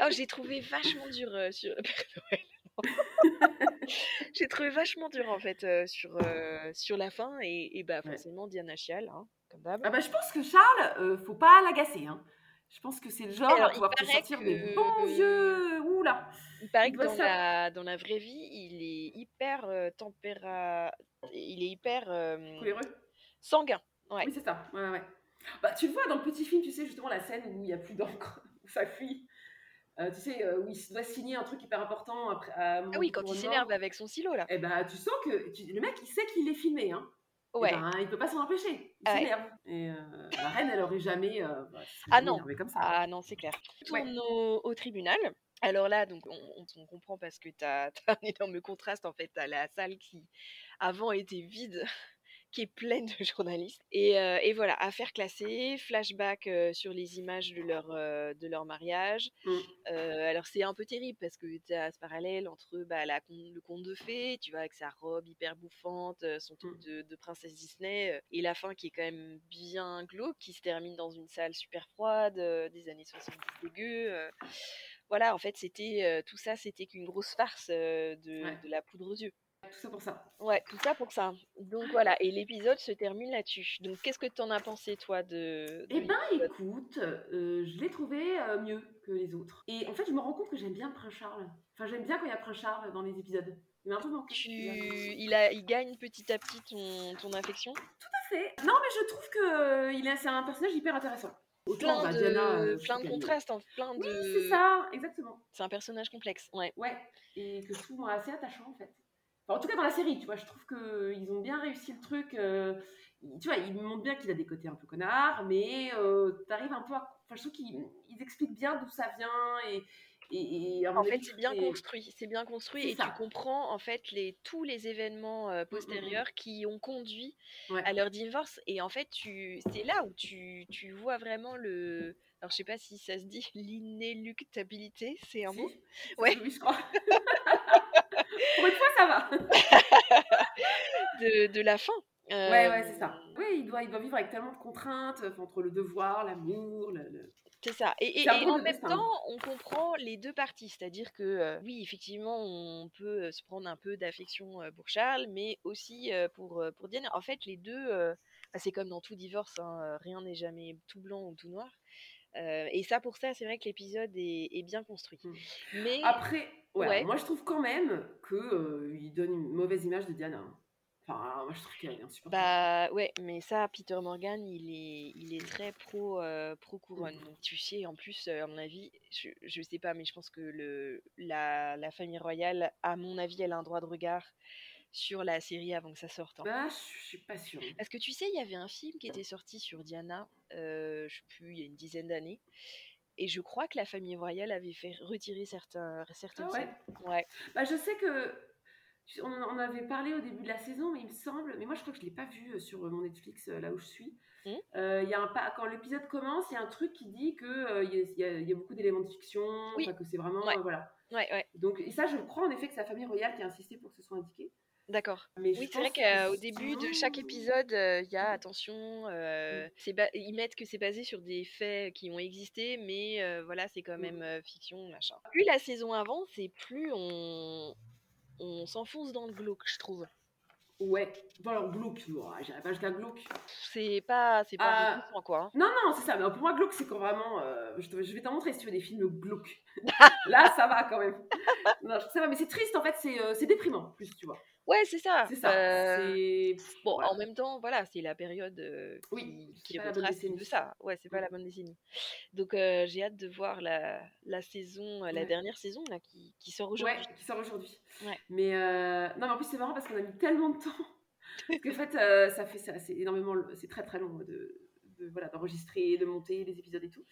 Speaker 6: Ah, j'ai trouvé vachement dur euh, sur le Père [laughs]
Speaker 7: [laughs]
Speaker 6: Noël. j'ai trouvé vachement dur en fait euh, sur, euh, sur la fin et, et bah
Speaker 7: Ouais.
Speaker 6: forcément Diana Chial, hein, comme d'hab.
Speaker 7: Ah bah, je pense que Charles, euh, faut pas l'agacer, hein. Je pense que c'est le genre
Speaker 6: Alors,
Speaker 7: à pouvoir
Speaker 6: il
Speaker 7: te
Speaker 6: paraît
Speaker 7: sortir
Speaker 6: que-
Speaker 7: des bons vieux... Oula
Speaker 6: Il paraît
Speaker 7: il
Speaker 6: que
Speaker 7: doit
Speaker 6: dans
Speaker 7: faire-
Speaker 6: la, dans la vraie vie, il est hyper euh, tempéra... Il est hyper euh,
Speaker 7: Coléreux
Speaker 6: sanguin. Ouais.
Speaker 7: Oui, c'est ça. Ouais, ouais, ouais. Bah, tu le vois dans le petit film, tu sais, justement, la scène où il n'y a plus d'encre, [laughs] où ça fuit. Euh, tu sais, euh, où il se doit signer un truc hyper important après. à-
Speaker 6: Ah oui, quand
Speaker 7: pour
Speaker 6: il
Speaker 7: un
Speaker 6: s'énerve
Speaker 7: ordre.
Speaker 6: avec son silo là.
Speaker 7: Eh bah, tu sens que tu- le mec, il sait qu'il est filmé, hein. Eh
Speaker 6: Ouais.
Speaker 7: ben, il peut pas s'en empêcher. Il
Speaker 6: Ah ouais.
Speaker 7: s'énerve. Et euh, la reine, elle aurait jamais. euh, bah, elle serait
Speaker 6: Ah
Speaker 7: jamais
Speaker 6: non.
Speaker 7: énervée Comme ça.
Speaker 6: Ah non, c'est clair. On
Speaker 7: Ouais.
Speaker 6: tourne au, au tribunal. Alors là, donc, on, on- on comprend parce que tu [laughs] as, un énorme contraste en fait à la salle qui avant était vide, [laughs] qui est pleine de journalistes. Et, euh, et voilà, affaires classées, flashback euh, sur les images de leur, euh, de leur mariage.
Speaker 7: Mm.
Speaker 6: Euh, alors c'est un peu terrible parce que tu as ce parallèle entre bah, la con- le conte de fées, tu vois, avec sa robe hyper bouffante, euh, son truc
Speaker 7: Mm.
Speaker 6: de, de princesse Disney, euh, et la fin qui est quand même bien glauque, qui se termine dans une salle super froide, euh, des années 70 dégueu. euh. voilà, en fait, c'était euh, tout ça, c'était qu'une grosse farce euh, de,
Speaker 7: Ouais.
Speaker 6: de la poudre aux yeux.
Speaker 7: Tout ça pour ça.
Speaker 6: Ouais, tout ça pour ça. Donc voilà, et l'épisode se termine là-dessus. Donc qu'est-ce que t'en as pensé, toi, de. de
Speaker 7: Eh ben,
Speaker 6: l'épisode
Speaker 7: écoute, euh, je l'ai trouvé euh, mieux que les autres. Et en fait, je me rends compte que j'aime bien Prince Charles. Enfin, j'aime bien quand il y a Prince Charles dans les épisodes. Il m'a un peu manqué.
Speaker 6: Tu-
Speaker 7: ces derniers temps.
Speaker 6: Il, a... il gagne petit à petit ton, ton affection
Speaker 7: Fait. Non, mais je trouve que euh, il est, c'est un personnage hyper intéressant. Autant,
Speaker 6: Plein
Speaker 7: bah,
Speaker 6: de,
Speaker 7: Diana, euh,
Speaker 6: plein de
Speaker 7: c'est-
Speaker 6: contrastes, en plein
Speaker 7: Oui,
Speaker 6: de.
Speaker 7: c'est ça, exactement.
Speaker 6: C'est un personnage complexe, ouais.
Speaker 7: Ouais, et que je trouve moi, assez attachant en fait. Enfin, en tout cas dans la série, tu vois, je trouve que ils ont bien réussi le truc. euh, il- tu vois, ils montrent bien qu'il a des côtés un peu connards, mais euh, t'arrives un peu à... Enfin, je trouve qu'ils ils expliquent bien d'où ça vient et... et, et à mon
Speaker 6: En fait,
Speaker 7: avis,
Speaker 6: c'est bien construit, c'est bien
Speaker 7: C'est
Speaker 6: construit et
Speaker 7: ça. Mmh,
Speaker 6: tu comprends en fait les tous les événements euh, postérieurs qui ont conduit
Speaker 7: Ouais.
Speaker 6: à leur divorce et en fait tu c'est là où tu, tu vois vraiment le alors je sais pas si ça se dit l'inéluctabilité, c'est un
Speaker 7: Si,
Speaker 6: mot.
Speaker 7: c'est
Speaker 6: Ouais.
Speaker 7: celui, je crois. [laughs] Pour une fois, ça va.
Speaker 6: de, de la fin. euh,
Speaker 7: Ouais, ouais, c'est ça. Oui, il doit, il doit vivre avec tellement de contraintes, enfin, entre le devoir, l'amour, le... le-
Speaker 6: C'est ça. Et, et-
Speaker 7: C'est un
Speaker 6: et
Speaker 7: peu
Speaker 6: en
Speaker 7: le
Speaker 6: même
Speaker 7: destin. hein.
Speaker 6: temps, on comprend les deux parties. C'est-à-dire que, euh, oui, effectivement, on peut euh, se prendre un peu d'affection euh, pour Charles, mais aussi euh, pour, euh, pour Diane. En fait, les deux, euh, bah, c'est comme dans tout divorce, hein, euh, rien n'est jamais tout blanc ou tout noir. Euh, et ça, pour ça, c'est vrai que l'épisode est, est bien construit.
Speaker 7: Mm.
Speaker 6: Mais
Speaker 7: Après, ouais,
Speaker 6: Ouais.
Speaker 7: moi je trouve quand même que euh, il donne une mauvaise image de Diana. hein. Enfin, moi je trouve qu'elle est insupportable.
Speaker 6: Bah ouais, mais ça, Peter Morgan, il est, il est très pro, euh, pro couronne.
Speaker 7: Mhm.
Speaker 6: Donc tu sais, en plus, euh, à mon avis, je, je sais pas, mais je pense que le, la, la famille royale, à mon avis, elle a un droit de regard sur la série avant que ça sorte. hein.
Speaker 7: Bah, je suis pas sûre.
Speaker 6: Parce que tu sais, il y avait un film qui était sorti sur Diana, euh, je sais plus, il y a une dizaine d'années. Et je crois que la famille royale avait fait retirer certains, certaines
Speaker 7: Ah ouais
Speaker 6: scènes. Ouais.
Speaker 7: Bah, je sais que. tu- On en avait parlé au début de la saison, mais il me semble. Mais moi, je crois que je l'ai pas vu euh, sur euh, mon Netflix, euh, là où je suis.
Speaker 6: Mhm.
Speaker 7: Euh, il y a un pa- quand l'épisode commence, il y a un truc qui dit que euh, il y, a- il y a- il y a beaucoup d'éléments de fiction,
Speaker 6: Oui.
Speaker 7: enfin, que c'est vraiment
Speaker 6: Ouais.
Speaker 7: euh, voilà.
Speaker 6: Ouais, ouais,
Speaker 7: Donc et ça, je crois en effet que c'est la famille royale qui a insisté pour que ce soit indiqué.
Speaker 6: d'accord.
Speaker 7: Mais je
Speaker 6: Oui, c'est vrai
Speaker 7: pense
Speaker 6: qu'au
Speaker 7: que-
Speaker 6: début de chaque épisode, euh, il y a attention, euh, c'est ba- ils mettent que c'est basé sur des faits qui ont existé, mais euh, voilà, c'est quand
Speaker 7: Mm.
Speaker 6: même euh, fiction, machin. Plus la saison avance et plus on, on s'enfonce dans le glauque, je trouve.
Speaker 7: Ouais. Bon alors glauque, oh, j'irai pas jusqu'à glauque.
Speaker 6: C'est pas, c'est pas
Speaker 7: Ah.
Speaker 6: réjouissant, quoi. hein.
Speaker 7: Non, non, c'est ça. Mais pour moi, glauque, c'est quand vraiment. euh, je, te- je vais t'en montrer si tu veux des films glauques. Là, ça va quand même. Non, je- ça va, mais c'est triste en fait, c'est euh, c'est déprimant, plus, tu vois.
Speaker 6: Ouais, c'est ça.
Speaker 7: C'est ça.
Speaker 6: euh,
Speaker 7: C'est.
Speaker 6: Bon,
Speaker 7: Voilà.
Speaker 6: en même temps, voilà, c'est la période euh, qui,
Speaker 7: Oui, c'est
Speaker 6: qui
Speaker 7: pas la bonne
Speaker 6: retrace
Speaker 7: décennie.
Speaker 6: de ça. Ouais, c'est pas
Speaker 7: Mm.
Speaker 6: la bonne décennie. Donc euh, j'ai hâte de voir la, la saison, euh, la
Speaker 7: Ouais.
Speaker 6: dernière saison là, qui, qui sort
Speaker 7: Ouais,
Speaker 6: aujourd'hui.
Speaker 7: qui sort aujourd'hui.
Speaker 6: Ouais.
Speaker 7: Mais euh, non, mais en plus, c'est marrant parce qu'on a mis tellement de temps. [laughs] Parce qu'en fait, euh, ça fait ça, c'est énormément. C'est très très long de, de, voilà, d'enregistrer, de monter les épisodes et tout.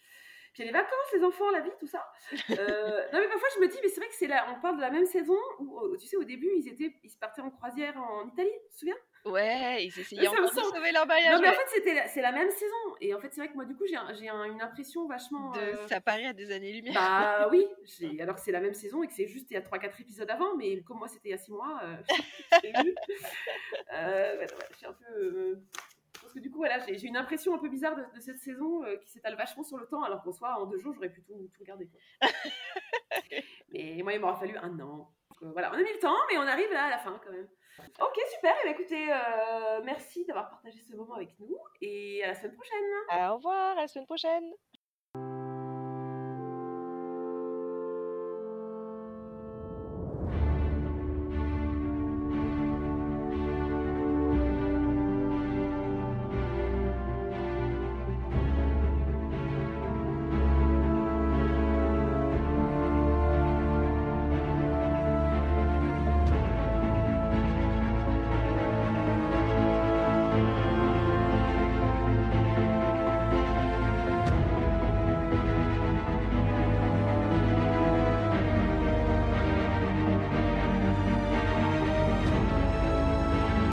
Speaker 7: Puis il y a les vacances, les enfants, la vie, tout ça. Euh,
Speaker 6: [laughs]
Speaker 7: non, mais parfois, je me dis, mais c'est vrai que c'est là. On parle de la même saison où, euh, tu sais, au début, ils, étaient, ils partaient en croisière en Italie, tu te souviens
Speaker 6: Ouais, ils essayaient
Speaker 7: Ça me
Speaker 6: encore de
Speaker 7: semble-
Speaker 6: sauver leur mariage.
Speaker 7: Non, mais en
Speaker 6: ouais.
Speaker 7: fait, c'était la- c'est la même saison. Et en fait, c'est vrai que moi, du coup, j'ai un- j'ai un- une impression vachement.
Speaker 6: De-
Speaker 7: euh,
Speaker 6: Ça paraît à des années-lumière.
Speaker 7: Bah oui, j'ai- alors que c'est la même saison et que c'est juste il y a 3-4 épisodes avant, mais comme moi c'était il y a 6 mois, euh, [laughs] j'ai vu. Euh, ouais, ouais, je suis un peu. euh, Parce que du coup, voilà, j'ai j'ai une impression un peu bizarre de, de cette saison euh, qui s'étale vachement sur le temps, alors qu'en soi, en deux jours, j'aurais pu tout, tout regarder. quoi. mais moi, il m'aura fallu un an. Donc, euh, voilà, on a mis le temps, mais on arrive là à la fin quand même. Ok, super, eh bien, écoutez, euh, merci d'avoir partagé ce moment avec nous et à la semaine prochaine.
Speaker 6: Ah, Au revoir, à la semaine prochaine.